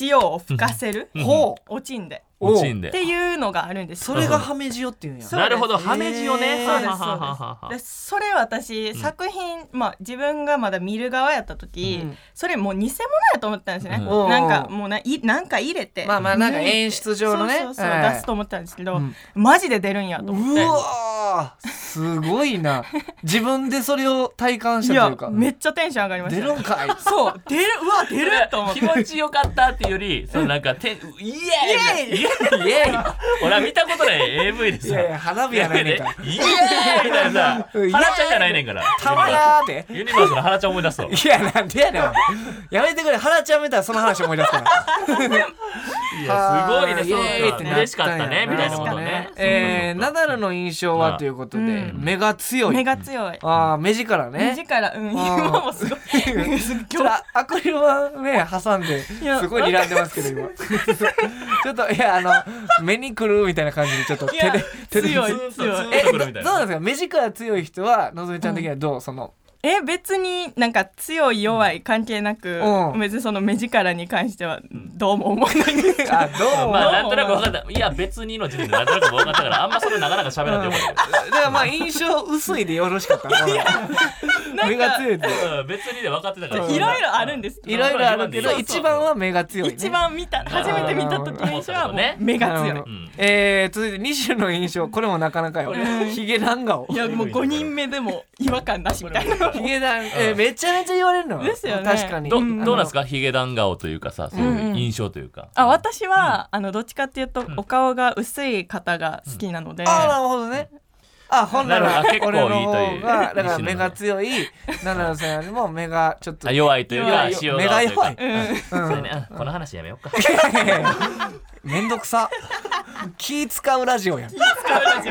[SPEAKER 4] 塩を吹かせる
[SPEAKER 2] ほう
[SPEAKER 4] おちんで
[SPEAKER 2] おう
[SPEAKER 3] 落ちん
[SPEAKER 4] っ
[SPEAKER 3] で。
[SPEAKER 4] ていうのがあるんです
[SPEAKER 2] それがハメ塩っていうんや
[SPEAKER 4] そう
[SPEAKER 3] なるほど
[SPEAKER 2] す
[SPEAKER 3] ハメ血をね。
[SPEAKER 2] へー
[SPEAKER 3] は
[SPEAKER 4] そう
[SPEAKER 3] は
[SPEAKER 4] です
[SPEAKER 3] ははは
[SPEAKER 4] でそれ私作品、まあ自分がまだ見る側やった時、
[SPEAKER 2] うん
[SPEAKER 4] それもう偽物やと思ってたんですよね、
[SPEAKER 2] うん
[SPEAKER 4] なんかもうないなんか入れて
[SPEAKER 2] まあまあ
[SPEAKER 4] 抜い
[SPEAKER 2] なん
[SPEAKER 4] て
[SPEAKER 2] か演出上のね
[SPEAKER 4] そうそうそう、
[SPEAKER 2] はい
[SPEAKER 4] 出すと思ってたんですけど、
[SPEAKER 2] うん
[SPEAKER 4] マジで出るんやと思っ
[SPEAKER 2] う
[SPEAKER 4] て
[SPEAKER 2] わーすごいな自分でそれを体感し
[SPEAKER 4] い
[SPEAKER 2] たという
[SPEAKER 4] や
[SPEAKER 2] か
[SPEAKER 4] めっちゃテンション上がりまし
[SPEAKER 2] 出
[SPEAKER 4] た、
[SPEAKER 2] るんかい
[SPEAKER 4] そう出るうわ出ると思って
[SPEAKER 3] 気持ちよかったっていうより、そのなんか手、イエーイイエーイ俺は見たことない AV で
[SPEAKER 2] い
[SPEAKER 3] さ。
[SPEAKER 2] やいや花火や ないねんから
[SPEAKER 3] イエーイみたいなさ、
[SPEAKER 2] うん
[SPEAKER 3] ハラちゃんじゃないねんから。
[SPEAKER 2] たまやーって
[SPEAKER 3] ユニバースのハラちゃん思い出すと。
[SPEAKER 2] いやなんでやねんお前やめてくれ原ちゃん見たらその話思い出すから
[SPEAKER 3] いや、すごいね、
[SPEAKER 2] イエー
[SPEAKER 3] そう
[SPEAKER 2] イっ
[SPEAKER 3] か。
[SPEAKER 2] てなったんやな
[SPEAKER 3] 嬉しかったね、みたいなことね。
[SPEAKER 2] えー
[SPEAKER 3] うん
[SPEAKER 2] ナダルの印象はということで、
[SPEAKER 4] うん
[SPEAKER 2] 目が強い
[SPEAKER 4] 目が強い、
[SPEAKER 2] ああ目力ね
[SPEAKER 4] 目力うん
[SPEAKER 2] あー
[SPEAKER 4] 今もすごい
[SPEAKER 2] ちょっとアクリル板ね挟んで
[SPEAKER 4] いや
[SPEAKER 2] すごい睨んでますけど今ちょっといやあの目にくるみたいな感じでちょっと手
[SPEAKER 4] いや
[SPEAKER 2] で手で
[SPEAKER 4] 強
[SPEAKER 3] ず
[SPEAKER 4] い
[SPEAKER 3] ーっとず
[SPEAKER 4] 強い
[SPEAKER 2] え
[SPEAKER 3] ーっ
[SPEAKER 2] どど
[SPEAKER 3] とくる
[SPEAKER 2] う
[SPEAKER 3] みたい
[SPEAKER 2] なん
[SPEAKER 3] な。
[SPEAKER 2] ですか目力強い人はのぞみちゃん的にはどう、その
[SPEAKER 4] え別になんか強い弱い関係なく、
[SPEAKER 2] うん
[SPEAKER 4] 別にその目力に関してはどうも思わないんですけど
[SPEAKER 2] あどうも、
[SPEAKER 3] まあ、なんとなく分かった。いや、別にの時点でなんとなく分かったから、あんまそれなかなか喋らんでよかった
[SPEAKER 2] だからまあ印象薄いでよろしかった目が強いって
[SPEAKER 3] けど。うん別にで分かってたから。
[SPEAKER 4] いろいろあるんですけど
[SPEAKER 2] いろいろあるけど
[SPEAKER 3] そうそう
[SPEAKER 2] 一番は目が強い、ね、
[SPEAKER 4] 一番見た初めて見た時の印象はもう目が
[SPEAKER 2] な
[SPEAKER 4] 強
[SPEAKER 2] るほ
[SPEAKER 4] い
[SPEAKER 2] ど
[SPEAKER 3] うん
[SPEAKER 2] えー、続いて西野の印象これもなかなかよヒゲダン顔
[SPEAKER 4] いやもう5人目でも違和感なしみたいな
[SPEAKER 2] ヒゲダン、えーめちゃめちゃ言われるの
[SPEAKER 4] ですよね
[SPEAKER 2] 確かに
[SPEAKER 3] ど
[SPEAKER 2] あ
[SPEAKER 3] ど
[SPEAKER 2] の
[SPEAKER 3] うなんですかヒゲダン顔というかさそういう印象というか、
[SPEAKER 4] あ私は、あのどっちかっていうと、お顔が薄い方が好きなので、
[SPEAKER 2] あーなるほどね。あ本なら
[SPEAKER 3] なるほど
[SPEAKER 2] 俺の
[SPEAKER 3] 結構いいとい
[SPEAKER 2] 方
[SPEAKER 3] う
[SPEAKER 2] がだから目が強い奈々さんよりも目がちょっと
[SPEAKER 3] あ弱いというか
[SPEAKER 2] 弱い
[SPEAKER 3] 塩
[SPEAKER 2] 目が
[SPEAKER 3] 顔という
[SPEAKER 2] 弱
[SPEAKER 3] か
[SPEAKER 2] い
[SPEAKER 3] うんそうやねあこの話やめようか
[SPEAKER 2] めんどくさ気使うラジオやん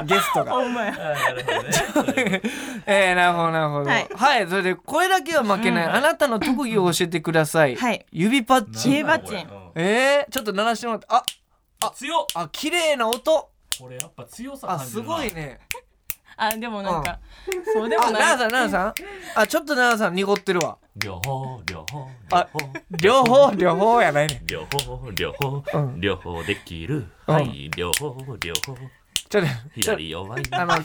[SPEAKER 2] ゲストが
[SPEAKER 4] ほんま や
[SPEAKER 3] なるほどね
[SPEAKER 2] えー、なるほどなるほどは
[SPEAKER 4] はいい、
[SPEAKER 2] それでこれだけは負けない、あなたの特技を教えてください、
[SPEAKER 4] はい
[SPEAKER 2] 指パッチ
[SPEAKER 4] 知恵鉢
[SPEAKER 2] えー、ちょっと鳴らしてもらってあ
[SPEAKER 3] 強っ
[SPEAKER 2] あ綺麗な音
[SPEAKER 3] これやっぱ強さ
[SPEAKER 2] あ
[SPEAKER 3] 感じ
[SPEAKER 2] す
[SPEAKER 3] るな
[SPEAKER 2] ごいね
[SPEAKER 4] あでもなんか、そうで
[SPEAKER 2] あ
[SPEAKER 4] もな
[SPEAKER 2] 奈
[SPEAKER 4] い
[SPEAKER 2] 々さん奈々さんあちょっと奈々さん濁ってるわ
[SPEAKER 3] 両方両方
[SPEAKER 2] あ両方両方やないね
[SPEAKER 3] 両方両方
[SPEAKER 2] うん
[SPEAKER 3] 両方できる
[SPEAKER 2] うん
[SPEAKER 3] はい両方両方
[SPEAKER 2] ちょっとちょっと
[SPEAKER 3] 左弱い
[SPEAKER 2] あの、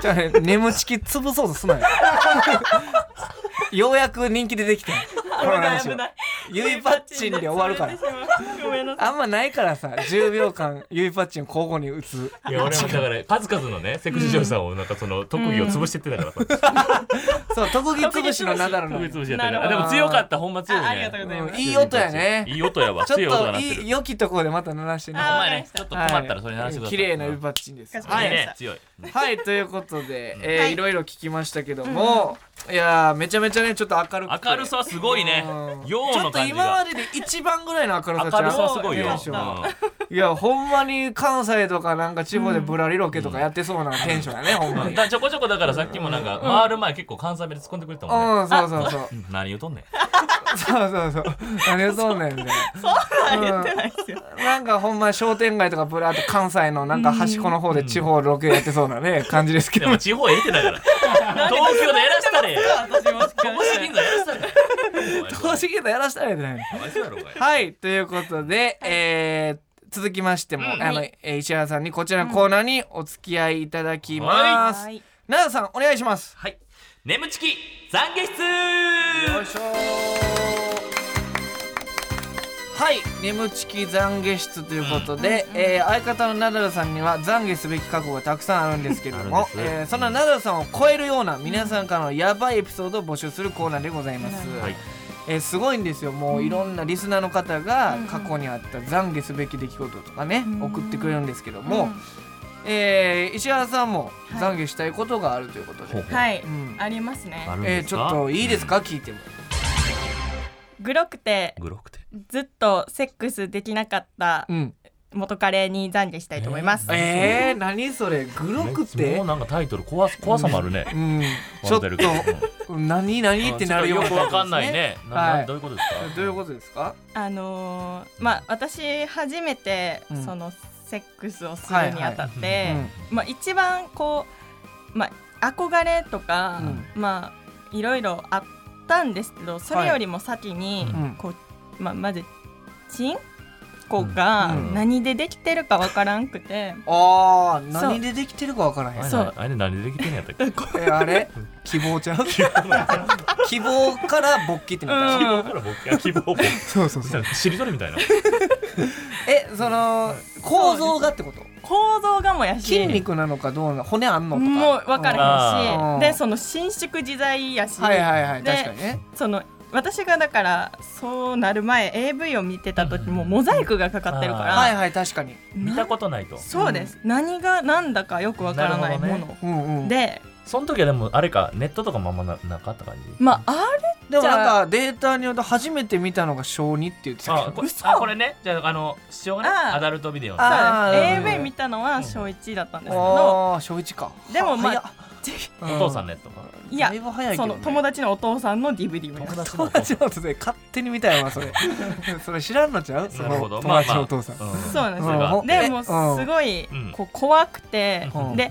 [SPEAKER 2] じゃあね、眠ちき潰そうとすなよ。ようやく人気出てきた。この
[SPEAKER 4] 危ない
[SPEAKER 2] 話
[SPEAKER 4] 危
[SPEAKER 2] は
[SPEAKER 4] ない
[SPEAKER 2] ゆいパッチンで終わるから
[SPEAKER 4] 潰れてしまうごめんなさい
[SPEAKER 2] あんまないからさ10秒間ゆいパッチン交互に打つ
[SPEAKER 3] いや俺もだから数々のねセクシー女優さんをなんかその特技を潰してってたから、これ
[SPEAKER 2] そう特技潰しのナダルの
[SPEAKER 3] 特技潰しやったか
[SPEAKER 4] な
[SPEAKER 3] ら
[SPEAKER 4] るほ
[SPEAKER 3] で
[SPEAKER 4] ど
[SPEAKER 3] も強かったほんま強いね
[SPEAKER 4] あありがとうございます
[SPEAKER 2] うんいい音やね
[SPEAKER 3] いい音やわ
[SPEAKER 2] ちょっ
[SPEAKER 3] 強い音
[SPEAKER 2] と
[SPEAKER 3] が鳴ってる
[SPEAKER 2] いい良きところでまた鳴らしてね
[SPEAKER 3] お
[SPEAKER 4] あ
[SPEAKER 3] 前ねちょっと困ったらそれ鳴らしてください、
[SPEAKER 2] 綺麗なゆいパッチンです
[SPEAKER 4] かしこま
[SPEAKER 2] は
[SPEAKER 3] はい
[SPEAKER 4] り
[SPEAKER 2] い
[SPEAKER 4] ま
[SPEAKER 3] ね
[SPEAKER 4] した
[SPEAKER 3] 強い
[SPEAKER 2] はいということで、えー
[SPEAKER 4] はい
[SPEAKER 2] い、ろいろ聞きましたけども、いやーめちゃめちゃねちょっと明るくて
[SPEAKER 3] 明るさすごいね
[SPEAKER 2] うん
[SPEAKER 3] 陽
[SPEAKER 2] ちょ
[SPEAKER 3] の
[SPEAKER 2] っと
[SPEAKER 3] 感じ
[SPEAKER 2] 今ま
[SPEAKER 3] が
[SPEAKER 2] でで一番ぐらいの明る
[SPEAKER 3] 明
[SPEAKER 2] さ
[SPEAKER 3] る
[SPEAKER 2] ちゃう
[SPEAKER 3] さすごいよ、
[SPEAKER 2] テ
[SPEAKER 3] う
[SPEAKER 2] ンションが
[SPEAKER 3] ん
[SPEAKER 2] いやほんまに関西とかなんか地方でぶらりロケとかやってそうなテンションやね、ほんまに
[SPEAKER 3] だちょこちょこだからさっきもなんか回る前結構関西弁で突っ込んでくれてたもんね、
[SPEAKER 2] うんそうそうそう
[SPEAKER 3] うん何言うとんねん
[SPEAKER 2] そうそうそう何をそうなんだよ
[SPEAKER 4] あ言ってないですよ
[SPEAKER 2] なんかほんま商店街とかぶらっと関西のなんか端っこの方で地方ロケやってそうなね感じですけ
[SPEAKER 3] で
[SPEAKER 2] ど
[SPEAKER 3] も地方ええってだから 東京でやらしたれや
[SPEAKER 4] 私も
[SPEAKER 3] ここし銀座やらしたれ
[SPEAKER 2] 投資ゲートやらしたらいいんじゃないの
[SPEAKER 3] かわいそうやろお前
[SPEAKER 2] はい、ということで、えー続きましても、あの、えー石原さんにこちらのコーナーにお付き合いいただきます。
[SPEAKER 4] はい
[SPEAKER 2] 奈良さん、お願いします。
[SPEAKER 3] はい眠ちき懺悔室
[SPEAKER 2] よいしょはい「眠ちき懺悔室」ということで、えー相方のナダルさんには懺悔すべき過去がたくさんあるんですけれど
[SPEAKER 3] ある
[SPEAKER 2] も
[SPEAKER 3] ん、です
[SPEAKER 2] えーそんなナダルさんを超えるような皆さんからのやばいエピソードを募集するコーナーでございます、
[SPEAKER 3] はい
[SPEAKER 2] えーすごいんですよもういろんなリスナーの方が
[SPEAKER 4] うん
[SPEAKER 2] 過去にあった懺悔すべき出来事とかね、
[SPEAKER 4] うん
[SPEAKER 2] 送ってくれるんですけども、えー石原さんも
[SPEAKER 4] はい
[SPEAKER 2] 懺悔したいことがあるということで、
[SPEAKER 3] ほうほう
[SPEAKER 4] はい、
[SPEAKER 2] うん
[SPEAKER 4] ありますね
[SPEAKER 3] ある
[SPEAKER 2] え
[SPEAKER 3] ん
[SPEAKER 2] ー
[SPEAKER 3] です
[SPEAKER 2] ち
[SPEAKER 3] か
[SPEAKER 2] ょっといいですか、聞いても。
[SPEAKER 4] グロくて
[SPEAKER 3] グロくて
[SPEAKER 4] ずっとセックスできなかった
[SPEAKER 2] うん
[SPEAKER 4] 元カレに懺悔したいと思います、
[SPEAKER 2] えー、何それグロくて
[SPEAKER 3] もうなんかタイトル怖す怖さもあるね
[SPEAKER 2] うんちょっ
[SPEAKER 3] ワンダルケーキ
[SPEAKER 2] と何何ってなるよ
[SPEAKER 3] うん
[SPEAKER 2] う
[SPEAKER 3] ちょ
[SPEAKER 2] な
[SPEAKER 3] っとよくわかんないねな
[SPEAKER 2] は
[SPEAKER 3] ないどういうことですか
[SPEAKER 2] どういうことですか
[SPEAKER 4] あのーまあ私初めて
[SPEAKER 2] うん
[SPEAKER 4] そのセックスをするにあたって、
[SPEAKER 2] はいはいうん
[SPEAKER 4] まあ一番こうまあ憧れとか、まあいろいろあったんですけどそれよりも先に
[SPEAKER 3] はい
[SPEAKER 2] うん
[SPEAKER 4] こう、まあまずチンコが
[SPEAKER 2] うん
[SPEAKER 4] 何でできてるかわからんくて、
[SPEAKER 2] あー
[SPEAKER 4] そう
[SPEAKER 2] 何でできてるかわからへん
[SPEAKER 3] あれ
[SPEAKER 4] そ
[SPEAKER 3] な
[SPEAKER 4] う
[SPEAKER 3] あれ何でできてんのやったっけ
[SPEAKER 2] えあれ 希望ちゃう希望から勃起ってなった
[SPEAKER 4] うん
[SPEAKER 3] から僕が希望を
[SPEAKER 2] そうそうそう
[SPEAKER 3] しりとりみたいな
[SPEAKER 2] えその構造がってこと
[SPEAKER 4] 構造がもやし
[SPEAKER 2] 筋肉なのかどうなの骨あんのとか
[SPEAKER 4] もう分か
[SPEAKER 3] ない
[SPEAKER 4] らへ
[SPEAKER 2] うんん
[SPEAKER 4] しでその伸縮自在やし、
[SPEAKER 2] うんはいはいはい
[SPEAKER 4] で
[SPEAKER 2] 確かにね
[SPEAKER 4] その私がだからそうなる前 AV を見てた時もモザイクがかかってるから、
[SPEAKER 3] あ
[SPEAKER 2] はいはい確かに
[SPEAKER 3] 見たことないと
[SPEAKER 4] そうです、何が何だかよくわからないも
[SPEAKER 3] な
[SPEAKER 4] の、
[SPEAKER 3] るほ
[SPEAKER 2] うんうんで
[SPEAKER 4] で
[SPEAKER 3] その時はでもあれかネットとかもあんまななかった感じ
[SPEAKER 4] まああ
[SPEAKER 2] もなんかデータによると初めて見たのが小2って言ってたけ
[SPEAKER 3] あ
[SPEAKER 2] ど
[SPEAKER 3] こ
[SPEAKER 4] 嘘
[SPEAKER 3] あこれねじゃああの視聴がね
[SPEAKER 4] あー
[SPEAKER 3] アダルトビデオの
[SPEAKER 2] あ
[SPEAKER 4] そうで
[SPEAKER 2] あ
[SPEAKER 4] す
[SPEAKER 2] ー
[SPEAKER 4] AV 見たのは小1だったんですけど、
[SPEAKER 2] あー小1か
[SPEAKER 4] でもまあ
[SPEAKER 2] あ
[SPEAKER 3] お父さんのやつとか
[SPEAKER 4] いや
[SPEAKER 2] だいぶ早いけ
[SPEAKER 4] そ
[SPEAKER 2] ど、ね、
[SPEAKER 4] の友達のお父さんの DVD も
[SPEAKER 3] 友達の
[SPEAKER 2] 友
[SPEAKER 3] お父
[SPEAKER 2] 達
[SPEAKER 3] さん
[SPEAKER 2] のお父さん勝手に見たよなそ れそれ知らんのちゃうそ
[SPEAKER 3] なるほ
[SPEAKER 2] の
[SPEAKER 3] ど
[SPEAKER 2] 友達のお父さん、
[SPEAKER 3] まあまあ
[SPEAKER 4] そうなんです
[SPEAKER 3] それがあ
[SPEAKER 4] よ
[SPEAKER 2] っ
[SPEAKER 4] で
[SPEAKER 2] て
[SPEAKER 4] もう
[SPEAKER 2] うん
[SPEAKER 4] すごい
[SPEAKER 3] うん
[SPEAKER 4] こう怖くて、
[SPEAKER 2] うん
[SPEAKER 4] で、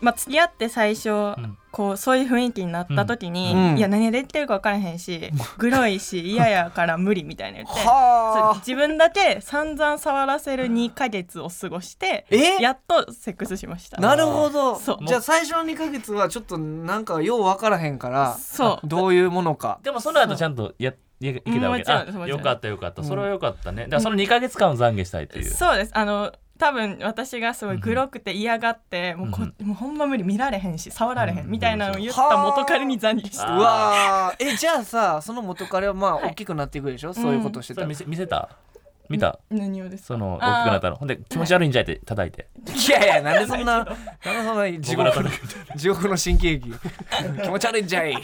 [SPEAKER 4] まあ、付き合って最初、
[SPEAKER 3] ん
[SPEAKER 4] こうそういう雰囲気になった時に、
[SPEAKER 2] うん
[SPEAKER 4] いや何ができてるか分からへんしグロいし嫌やから無理みたいな言ってそう
[SPEAKER 2] はあ
[SPEAKER 4] 自分だけ散々触らせる2ヶ月を過ごして
[SPEAKER 2] え
[SPEAKER 4] やっとセックスしました
[SPEAKER 2] なるほど
[SPEAKER 4] そう
[SPEAKER 2] じゃあ最初の2ヶ月はちょっとなんかよう分からへんから
[SPEAKER 4] そう
[SPEAKER 2] どういうものか
[SPEAKER 3] でもその後ちゃんとややいけたわけ
[SPEAKER 4] もちろんも
[SPEAKER 3] あ
[SPEAKER 4] ちろ
[SPEAKER 3] よ
[SPEAKER 4] ん
[SPEAKER 3] かったよかったそれはよかったねだからその2か月間を懺悔したいっていう
[SPEAKER 4] そうですあの多分私がすごいグロくて嫌がって、もうこもうほんま無理見られへんし触られへ
[SPEAKER 3] う
[SPEAKER 4] ん、
[SPEAKER 3] ん
[SPEAKER 4] みたいなのを言った元彼に懺悔し
[SPEAKER 2] う
[SPEAKER 4] た
[SPEAKER 3] あー
[SPEAKER 2] わーえじゃあさその元彼はまあ
[SPEAKER 4] はい
[SPEAKER 2] 大きくなっていくでしょ、そういうことしてた
[SPEAKER 3] それ
[SPEAKER 2] ら、
[SPEAKER 3] 見せ見せた見た
[SPEAKER 4] 何をですか
[SPEAKER 3] その大きくなったのほんで気持ち悪いんじゃいって叩いて
[SPEAKER 2] いやいやなんでそんななんでそんな地獄
[SPEAKER 3] 僕
[SPEAKER 2] の
[SPEAKER 3] ら から
[SPEAKER 2] 地獄の新喜劇 気持ち悪いんじゃい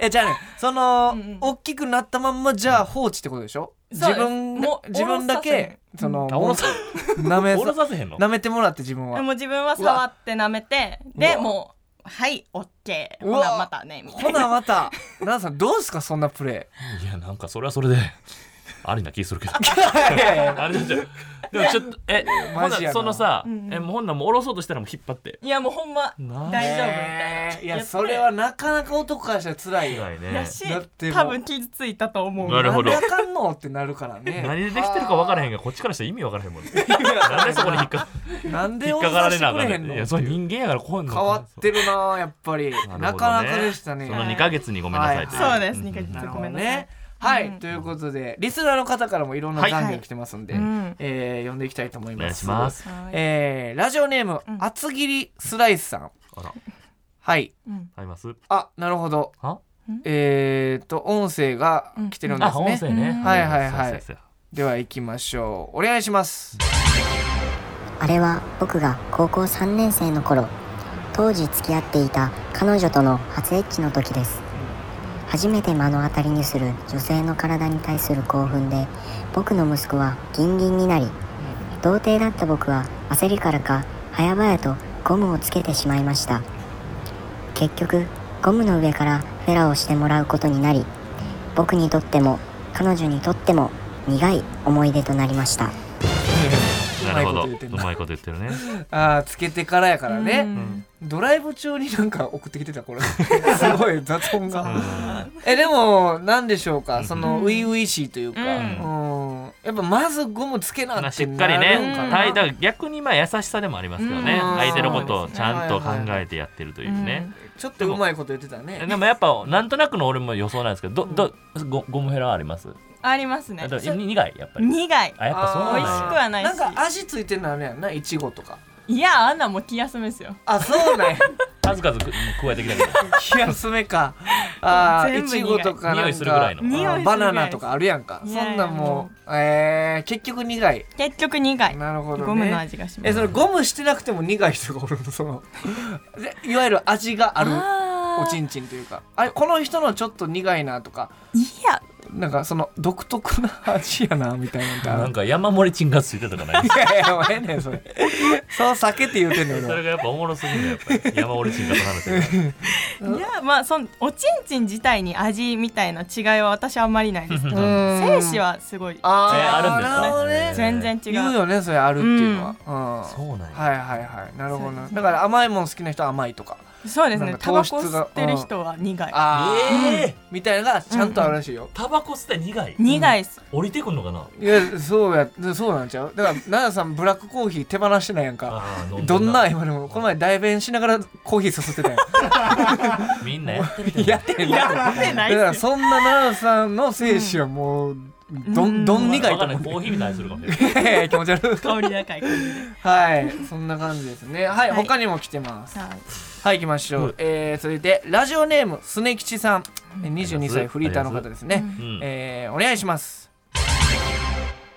[SPEAKER 2] えじゃあねその、
[SPEAKER 4] うんうん
[SPEAKER 2] 大きくなったまんまじゃあ放置ってことでしょ
[SPEAKER 4] そ
[SPEAKER 2] 自
[SPEAKER 4] うです
[SPEAKER 2] 分
[SPEAKER 4] もう
[SPEAKER 2] 自分だけその
[SPEAKER 3] あおろさ
[SPEAKER 2] なめ
[SPEAKER 3] おろさせへんの
[SPEAKER 2] なめてもらって自分
[SPEAKER 4] で
[SPEAKER 2] は
[SPEAKER 4] も自分は触って舐めてで
[SPEAKER 2] うわ
[SPEAKER 4] もうはいオッケー
[SPEAKER 2] う
[SPEAKER 4] ほ
[SPEAKER 2] わ
[SPEAKER 4] なまたねみた
[SPEAKER 2] ほ
[SPEAKER 4] いな
[SPEAKER 2] なまた奈々さんどうですかそんなプレ
[SPEAKER 3] いやなんかそれはそれでありな気する けど
[SPEAKER 2] ーいやいやいや
[SPEAKER 3] あれなんじゃんでもちょっとえほ
[SPEAKER 2] マ
[SPEAKER 3] ん
[SPEAKER 2] ジや
[SPEAKER 3] な
[SPEAKER 2] な
[SPEAKER 3] らそのさ
[SPEAKER 4] うん
[SPEAKER 3] えもうほんならもうおろそうとしたらもう引っ張って
[SPEAKER 4] いやもうほんま
[SPEAKER 3] な
[SPEAKER 4] 大丈夫みたい
[SPEAKER 2] ね
[SPEAKER 4] な
[SPEAKER 2] えいやそれはなかなか男からしたら辛いよ
[SPEAKER 3] 辛い
[SPEAKER 4] や
[SPEAKER 3] ね
[SPEAKER 4] し
[SPEAKER 2] だってもう
[SPEAKER 4] 多分傷ついたと思う
[SPEAKER 3] なるほど
[SPEAKER 2] なんであかんのってなるからね
[SPEAKER 3] 何でできてるか分からへんがこっちからしたら意味分からへんもんねなんでそこに引っか
[SPEAKER 2] なんで
[SPEAKER 3] 引っ
[SPEAKER 2] お
[SPEAKER 3] かかられなあ
[SPEAKER 2] く
[SPEAKER 3] かん
[SPEAKER 2] れへ
[SPEAKER 3] ね
[SPEAKER 2] ん
[SPEAKER 3] ん
[SPEAKER 2] の
[SPEAKER 3] いやそれ人間やからこういうの
[SPEAKER 2] 変わってるなやっぱりな,、
[SPEAKER 3] るほどね
[SPEAKER 2] かなかでしたね
[SPEAKER 3] その2ヶ月にごめんなさいという
[SPEAKER 4] そうです
[SPEAKER 3] ん
[SPEAKER 4] 2ヶ
[SPEAKER 2] な
[SPEAKER 4] 月
[SPEAKER 2] る
[SPEAKER 4] ご
[SPEAKER 2] ほど
[SPEAKER 4] めんなさい
[SPEAKER 2] ね。はい、
[SPEAKER 4] うん
[SPEAKER 2] ということでリスナーの方からもいろんな
[SPEAKER 3] はい
[SPEAKER 2] 懺悔が来てますんで、
[SPEAKER 4] うん
[SPEAKER 2] えー読んでいきたいと思い
[SPEAKER 3] お願
[SPEAKER 2] ま
[SPEAKER 3] い
[SPEAKER 2] す
[SPEAKER 3] します。
[SPEAKER 4] はい
[SPEAKER 2] えーラジオネーム、
[SPEAKER 4] うん
[SPEAKER 2] 厚切りスライスさん
[SPEAKER 3] あら、
[SPEAKER 2] はい
[SPEAKER 4] うん
[SPEAKER 3] あります。
[SPEAKER 2] あなるほど
[SPEAKER 3] は？
[SPEAKER 2] えー、と音声が来てるんです
[SPEAKER 3] あ、音
[SPEAKER 2] ね、
[SPEAKER 3] 声ね。
[SPEAKER 4] うん
[SPEAKER 2] はいはいはい
[SPEAKER 3] そうそうそう
[SPEAKER 2] では行きましょうお願いします
[SPEAKER 5] あれは僕が高校3年生の頃当時付き合っていた彼女との初エッチの時です初めて目の当たりにする女性の体に対する興奮で僕の息子はギンギンになり童貞だった僕は焦りからか早々とゴムをつけてしまいました結局ゴムの上からフェラをしてもらうことになり僕にとっても彼女にとっても苦い思い出となりました
[SPEAKER 3] なるほど。
[SPEAKER 2] うまいこと言ってん
[SPEAKER 3] う
[SPEAKER 2] な
[SPEAKER 3] まいこと言ってるね。
[SPEAKER 2] あーつけてからやから
[SPEAKER 4] う
[SPEAKER 2] ね、
[SPEAKER 4] ん
[SPEAKER 2] ドライブ中になんか送ってきてたこれ すごい雑音
[SPEAKER 3] う
[SPEAKER 2] が
[SPEAKER 3] ん
[SPEAKER 2] えでも何でしょうかその
[SPEAKER 4] うん
[SPEAKER 2] 初々しいというか、う
[SPEAKER 4] うん
[SPEAKER 2] やっぱまずゴムつけな
[SPEAKER 3] まあ
[SPEAKER 2] っ
[SPEAKER 3] してっかり
[SPEAKER 2] なるん
[SPEAKER 3] ね
[SPEAKER 2] か、な
[SPEAKER 3] 対だから逆にまあ優しさでもありますけど
[SPEAKER 4] う
[SPEAKER 3] ね、
[SPEAKER 4] ん
[SPEAKER 3] 相手のことをちゃんと考えてやってるというね。
[SPEAKER 2] ちょっとうまいこと言ってたね
[SPEAKER 3] でもやっぱなんとなくの俺も予想なんですけど、どどゴゴムヘラはあります。
[SPEAKER 4] あります
[SPEAKER 3] あ
[SPEAKER 4] ね
[SPEAKER 3] と苦いやっぱり。
[SPEAKER 4] 苦い
[SPEAKER 3] あやっぱそうな
[SPEAKER 4] 美
[SPEAKER 3] ん
[SPEAKER 4] 味
[SPEAKER 3] や
[SPEAKER 4] しくはない
[SPEAKER 2] なん
[SPEAKER 4] し
[SPEAKER 2] か味ついてるのあれやんないちごとか
[SPEAKER 4] いやあんなもん気休めですよ
[SPEAKER 2] あそうね
[SPEAKER 3] 数々く加えてきたけど。
[SPEAKER 2] 気休めかあー
[SPEAKER 4] 全
[SPEAKER 2] い
[SPEAKER 4] 部苦い
[SPEAKER 2] ちごとかな
[SPEAKER 3] 匂
[SPEAKER 2] ん
[SPEAKER 3] いするぐらいの
[SPEAKER 2] かあ
[SPEAKER 4] 匂いするぐらい
[SPEAKER 2] ーバナナとかあるやんかそ
[SPEAKER 4] いやいや
[SPEAKER 2] んなんもうえー結局苦い
[SPEAKER 4] 結局苦い
[SPEAKER 2] なるほどね
[SPEAKER 4] ゴムの味がしま
[SPEAKER 2] え
[SPEAKER 4] す
[SPEAKER 2] そのゴムしてなくても苦い人がおるのそのでいわゆる味があるお
[SPEAKER 4] あ
[SPEAKER 2] ちんちんというかあれこの人のちょっと苦いなとか
[SPEAKER 4] ーいや
[SPEAKER 2] なんかその独特な味やなみたいなのってある
[SPEAKER 3] なんか山盛りチンがついてたとかない
[SPEAKER 2] い。やいやもうええねんそれ そう避けて言うてんねん
[SPEAKER 3] そ
[SPEAKER 2] 俺
[SPEAKER 3] れがやっぱおもろすぎるのやっぱり山盛りチンがと話してる。
[SPEAKER 4] いやまあそんおちんちん自体に味みたいな違いは私はあんまりないですけど精子はすごい
[SPEAKER 2] あー
[SPEAKER 3] あるんですね
[SPEAKER 2] なるほど
[SPEAKER 3] ー
[SPEAKER 4] 全然違
[SPEAKER 2] 言う
[SPEAKER 4] う
[SPEAKER 2] よねそれあるっていうのは、うん
[SPEAKER 3] そうなんや。
[SPEAKER 2] はいはいはいなるほど
[SPEAKER 4] そうで
[SPEAKER 2] な
[SPEAKER 4] すね
[SPEAKER 2] だから甘いもん好きな人は甘いとか
[SPEAKER 4] そうです
[SPEAKER 2] なん
[SPEAKER 4] ね
[SPEAKER 2] か
[SPEAKER 4] タバ
[SPEAKER 2] 糖
[SPEAKER 4] コ
[SPEAKER 2] 質が
[SPEAKER 4] 吸ってる人は苦い
[SPEAKER 2] あー、
[SPEAKER 3] ええ
[SPEAKER 2] みたいなのがちゃんとあるらしいよ、
[SPEAKER 3] タバコ吸って苦い。
[SPEAKER 4] 苦いっす
[SPEAKER 3] 降りてくんのかな。
[SPEAKER 2] いやそうやそうなんちゃうだから奈々さんブラックコーヒー手放してないやんか
[SPEAKER 3] あー飲
[SPEAKER 2] どん
[SPEAKER 3] で
[SPEAKER 2] な今でもこの前代弁しながらコーヒー注ってたやん
[SPEAKER 3] みんなやってるけど
[SPEAKER 2] やってんだ
[SPEAKER 4] やって
[SPEAKER 2] だ
[SPEAKER 4] ない
[SPEAKER 2] か
[SPEAKER 4] っ
[SPEAKER 2] ら
[SPEAKER 4] す
[SPEAKER 2] そんな奈良さんの精子はもうどんどん苦いと
[SPEAKER 3] わかんな
[SPEAKER 2] 思
[SPEAKER 3] い。
[SPEAKER 2] う
[SPEAKER 3] コーヒーみたいにするかもしれない。
[SPEAKER 2] ね気持ち悪い
[SPEAKER 4] 香り高い感じで
[SPEAKER 2] はいそんな感じですねはい
[SPEAKER 4] はい
[SPEAKER 2] 他にも来てます
[SPEAKER 4] はい
[SPEAKER 2] はい行きましょ
[SPEAKER 3] う
[SPEAKER 2] うんえー続いてラジオネームすねきちさんえ22
[SPEAKER 3] ありがとうご
[SPEAKER 2] 歳
[SPEAKER 3] ざいます
[SPEAKER 2] フリーターの方ですね
[SPEAKER 3] うん
[SPEAKER 2] えーお願いします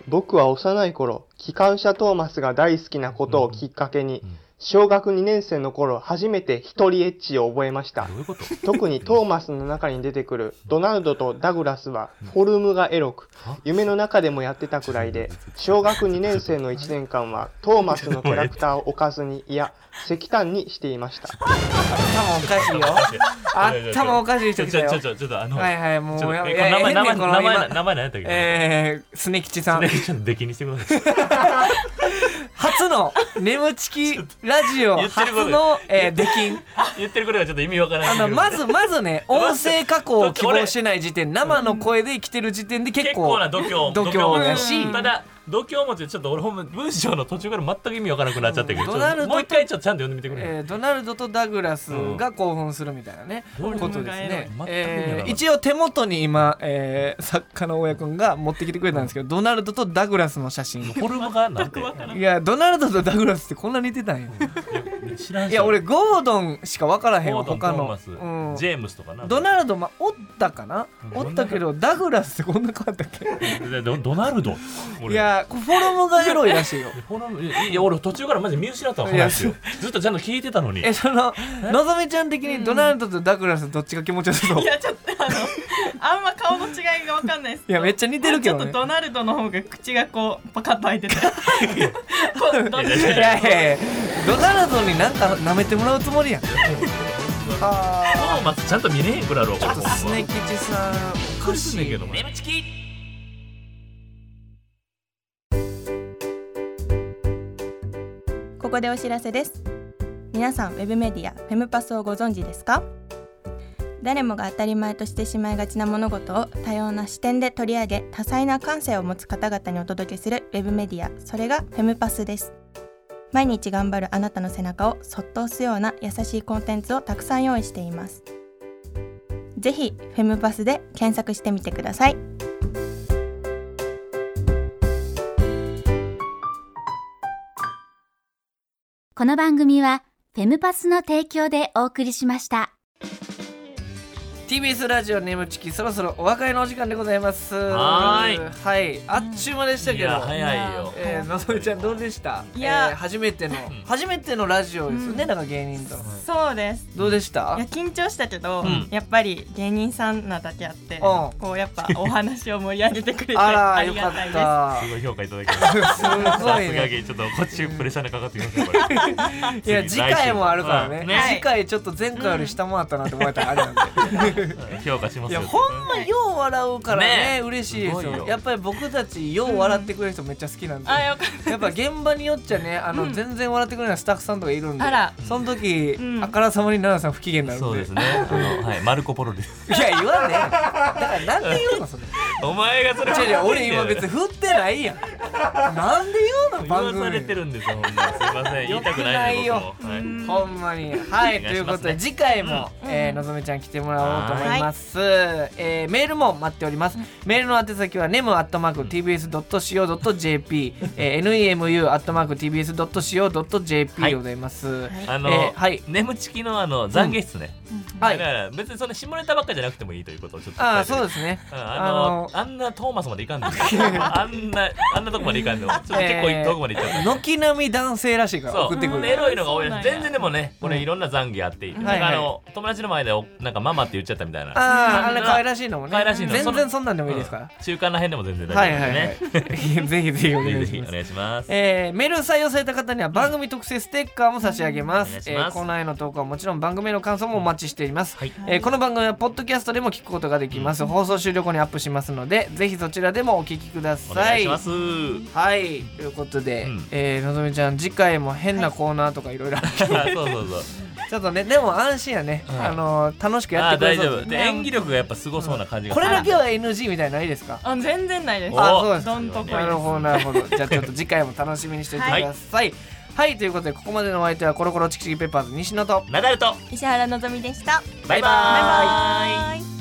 [SPEAKER 6] 僕は幼い頃、機関車トーマスが大好きなことをきっかけに
[SPEAKER 3] うんうん、
[SPEAKER 6] 小学2年生の頃初めて一人エッチを覚えました
[SPEAKER 3] ど。ういうこと
[SPEAKER 6] 特にトーマスの中に出てくるドナルドとダグラスはフォルムがエロく
[SPEAKER 3] うん、
[SPEAKER 6] 夢の中でもやってたくらいで、小学2年生の1年間はトーマスのキャラクターを置かずに、いや、石炭にしていました。
[SPEAKER 2] 頭おか しいよ頭おかしい人来
[SPEAKER 3] ち
[SPEAKER 2] た
[SPEAKER 3] ょ
[SPEAKER 2] よ
[SPEAKER 3] ちょちょちょっとあの
[SPEAKER 2] はいはいも
[SPEAKER 3] ちょ
[SPEAKER 2] う
[SPEAKER 3] っ
[SPEAKER 2] や
[SPEAKER 3] と
[SPEAKER 2] め
[SPEAKER 3] え
[SPEAKER 2] い
[SPEAKER 3] こ
[SPEAKER 2] や
[SPEAKER 3] れ名
[SPEAKER 2] 変ね
[SPEAKER 3] 前名前
[SPEAKER 2] んこの
[SPEAKER 3] 名前
[SPEAKER 2] 今
[SPEAKER 3] 名前何やったっけ
[SPEAKER 2] えーすねきちさ
[SPEAKER 3] そ
[SPEAKER 2] ん
[SPEAKER 3] れちょっと出禁にしてくだ さい
[SPEAKER 2] 初の眠ちきラジオ
[SPEAKER 3] 言ってる
[SPEAKER 2] 初
[SPEAKER 3] こと
[SPEAKER 2] のえー出禁
[SPEAKER 3] 言ってることがちょっと意味わからな
[SPEAKER 2] あ
[SPEAKER 3] いん
[SPEAKER 2] の
[SPEAKER 3] だ けど
[SPEAKER 2] まずまずね音声加工を希望してない時点生の声で来てる時点で結
[SPEAKER 3] 結
[SPEAKER 2] 構
[SPEAKER 3] 構な度胸
[SPEAKER 2] 度胸やし
[SPEAKER 3] うんただ度胸持ちちょっと俺ほんま文章の途中から全く意味わからなくなっちゃってるけど
[SPEAKER 2] ド
[SPEAKER 3] ちょ
[SPEAKER 2] ナ
[SPEAKER 3] っ
[SPEAKER 2] ルド
[SPEAKER 3] と
[SPEAKER 2] と
[SPEAKER 3] もう一回ちょっとちゃんと読んでみてくれ、
[SPEAKER 2] えードナルドとダグラスが興奮するみたいなね、
[SPEAKER 3] うん
[SPEAKER 2] ことですね
[SPEAKER 3] うん、
[SPEAKER 2] えー
[SPEAKER 3] 全く
[SPEAKER 2] 一応手元に今、えー作家の大家君が持ってきてくれたんですけどドナルドとダグラスの写 真
[SPEAKER 3] フォルムがなんて
[SPEAKER 2] いやドナルドとダグラスってこんな似てたん や
[SPEAKER 3] 知らんし
[SPEAKER 2] いや俺ゴードンしか分からへん
[SPEAKER 3] ゴ
[SPEAKER 2] わ
[SPEAKER 3] ードン
[SPEAKER 2] 他
[SPEAKER 3] トー
[SPEAKER 2] の
[SPEAKER 3] マス、
[SPEAKER 2] うん
[SPEAKER 3] ジェームスとかな
[SPEAKER 2] ドナルドまおったかな
[SPEAKER 3] う
[SPEAKER 2] お
[SPEAKER 3] ん
[SPEAKER 2] ったけどダグラスってこんな変わったっけ
[SPEAKER 3] ルドドナルド俺
[SPEAKER 2] いやフォルムがエロいらしいよ
[SPEAKER 3] フォルムいやいや俺途中からマジ見失ったの
[SPEAKER 2] いや
[SPEAKER 3] 話をずっとちゃんと聞いてたのに
[SPEAKER 2] えそののぞみちゃん的にドナルドとダグラスどっちが気持ちよさそう
[SPEAKER 4] いやちょっとあのあんま顔の違いがわかんないです
[SPEAKER 2] いやめっちゃ似てるけどね
[SPEAKER 4] ちょっとドナルドの方が口がこうパカッと開 いててこうドナル
[SPEAKER 2] いやいやいやドナルドになんか舐めてもらうつもりやん
[SPEAKER 3] トーマスちゃんと見れへんくなるわちょっ
[SPEAKER 2] スネキチさんおかしい
[SPEAKER 3] けども
[SPEAKER 4] ここでお知らせです皆さんウェブメディアフェムパスをご存知ですか誰もが当たり前としてしまいがちな物事を多様な視点で取り上げ多彩な感性を持つ方々にお届けするウェブメディアそれがフェムパスです毎日頑張るあなたの背中をそっと押すような優しいコンテンツをたくさん用意していますぜひフェムパスで検索してみてください
[SPEAKER 1] この番組はフェムパスの提供でお送りしました。
[SPEAKER 2] TBS ラジオ眠ちきそろそろお別れのお時間でございます
[SPEAKER 3] はーい
[SPEAKER 2] はいあっちゅう間でした
[SPEAKER 3] い
[SPEAKER 2] けど
[SPEAKER 3] や早いよ
[SPEAKER 2] えー、のぞみちゃんどうでした
[SPEAKER 4] いや
[SPEAKER 2] えー初めての
[SPEAKER 3] ん
[SPEAKER 2] 初めてのラジオですよね、なんか芸人との
[SPEAKER 4] そうです
[SPEAKER 2] どうでした
[SPEAKER 4] いや緊張したけど、
[SPEAKER 3] ん
[SPEAKER 4] やっぱり芸人さんなだけあっ
[SPEAKER 2] ん
[SPEAKER 4] て、こうやっぱお話を盛り上げてくれて
[SPEAKER 2] あら
[SPEAKER 4] あ
[SPEAKER 2] よ
[SPEAKER 4] り
[SPEAKER 2] か
[SPEAKER 4] が
[SPEAKER 2] った
[SPEAKER 4] いです
[SPEAKER 2] た
[SPEAKER 3] すごい評価いただきま した
[SPEAKER 2] すごいね
[SPEAKER 3] さすが芸ちょっとこっちプレッシャーがかかってきますよこれ
[SPEAKER 2] いや次回もあるからね,、
[SPEAKER 3] うんね
[SPEAKER 2] 次回ちょっと前回より下回ったなって思えたらあれなんで、
[SPEAKER 3] 評価します
[SPEAKER 2] い
[SPEAKER 3] よ
[SPEAKER 2] やほんまよう笑うからね
[SPEAKER 3] ね
[SPEAKER 2] 嬉しいです
[SPEAKER 3] す
[SPEAKER 2] よ
[SPEAKER 3] ごいよ
[SPEAKER 2] やっぱり僕たちよう笑ってくれる人めっちゃ好きなんで、
[SPEAKER 4] あよかっ
[SPEAKER 2] やっぱ現場によっちゃねあの、全然笑ってくれないスタッフさんとかいるんで
[SPEAKER 4] あら
[SPEAKER 2] その時、
[SPEAKER 4] うん
[SPEAKER 2] あからさまに奈々さん不機嫌になるんで
[SPEAKER 3] そうですねあのはいマルコポロです
[SPEAKER 2] いや言わねえよだからなんで言うのそれ
[SPEAKER 3] お前がそれ
[SPEAKER 2] 違う違う俺今別に振ってないやんなんで言うの
[SPEAKER 3] 言わ
[SPEAKER 2] 番組
[SPEAKER 3] されてるんですよほんまにすいません言いたくないです僕もはい
[SPEAKER 2] ほんまにはい
[SPEAKER 3] お願いします
[SPEAKER 2] と
[SPEAKER 3] ね
[SPEAKER 2] いうことで次回も、えーのぞみちゃん来てもらおうと思います、えーメールも待っております、メールの宛先は nemu.tbs.co.jp、えー nemu.tbs.co.jp
[SPEAKER 3] はい
[SPEAKER 2] でございます、
[SPEAKER 3] あの、
[SPEAKER 2] えーはい
[SPEAKER 3] 眠ちきのあの懺悔室ね、
[SPEAKER 2] は
[SPEAKER 3] だ
[SPEAKER 2] い
[SPEAKER 3] から別にその下ネタばっかじゃなくてもいいということをちょっと
[SPEAKER 2] ああそ
[SPEAKER 3] 伝
[SPEAKER 2] う
[SPEAKER 3] えて
[SPEAKER 2] ですね
[SPEAKER 3] うんあのあんなトーマスまでいかんで あんなあんなとこまでいかんでもちょっと結構
[SPEAKER 2] えー
[SPEAKER 3] 遠くまでいっちゃうから
[SPEAKER 2] 軒並み男性らしいから
[SPEAKER 3] そう
[SPEAKER 2] 送ってく
[SPEAKER 3] エ
[SPEAKER 2] る
[SPEAKER 3] ロいのが多いで
[SPEAKER 4] そうなん
[SPEAKER 3] す
[SPEAKER 4] や
[SPEAKER 3] 全然でもねこれいろんな懺悔あっていい、
[SPEAKER 2] ん
[SPEAKER 3] なんかあ
[SPEAKER 2] はい
[SPEAKER 3] の友達の前でおなんかママって言っちゃったみたいな
[SPEAKER 2] あああんな可愛らしいのもね
[SPEAKER 3] 可愛らしいの
[SPEAKER 2] 全
[SPEAKER 3] その
[SPEAKER 2] 然そんなんでもいいですから、
[SPEAKER 3] うん中間らへんでも全然
[SPEAKER 2] は
[SPEAKER 3] 大
[SPEAKER 2] い
[SPEAKER 3] 丈夫
[SPEAKER 2] はいはい
[SPEAKER 3] で
[SPEAKER 2] ぜひぜひお
[SPEAKER 3] すね、
[SPEAKER 2] 願い
[SPEAKER 3] ぜ
[SPEAKER 2] しま
[SPEAKER 3] ひぜひお
[SPEAKER 2] す
[SPEAKER 3] 願いします、
[SPEAKER 2] えーメール採用された方には番組特製ステッカーも差し上げます,、
[SPEAKER 3] お願いし
[SPEAKER 2] え
[SPEAKER 3] ま
[SPEAKER 2] ー
[SPEAKER 3] す
[SPEAKER 2] コーナーへの投稿はもちろん番組への感想もお待ちしています、
[SPEAKER 3] はい
[SPEAKER 2] えーこの番組はポッドキャストでも聞くことができます、放送終了後にアップしますのでぜひそちらでもお聞きくだ
[SPEAKER 3] お
[SPEAKER 2] さ
[SPEAKER 3] 願い
[SPEAKER 2] い
[SPEAKER 3] します、
[SPEAKER 2] はいということで、
[SPEAKER 3] うん
[SPEAKER 2] えーのぞみちゃん次回も変なコーナーとかいろいろあるけど
[SPEAKER 3] あ そうそうそう
[SPEAKER 2] ちょっとねでも安心やね、
[SPEAKER 3] うん
[SPEAKER 2] あのー楽しくやっ
[SPEAKER 3] あ
[SPEAKER 2] て
[SPEAKER 3] ー
[SPEAKER 2] くれ
[SPEAKER 3] 大
[SPEAKER 2] そう
[SPEAKER 3] 丈夫で演技力がやっぱすごそうな感じが
[SPEAKER 2] こ
[SPEAKER 3] する
[SPEAKER 2] れだけは NG みたいなのないですか
[SPEAKER 4] あ全然ないです
[SPEAKER 3] お
[SPEAKER 2] あそうです
[SPEAKER 4] どんとこい
[SPEAKER 2] なるほどなるほどじゃあちょっと次回も楽しみにしていてくださいはい、ということでここまでのお相手はコロコロチキチキペッパーズ西野と
[SPEAKER 3] ナダルと
[SPEAKER 4] 石原のぞみでした
[SPEAKER 3] バイバーイ
[SPEAKER 4] バイバーイ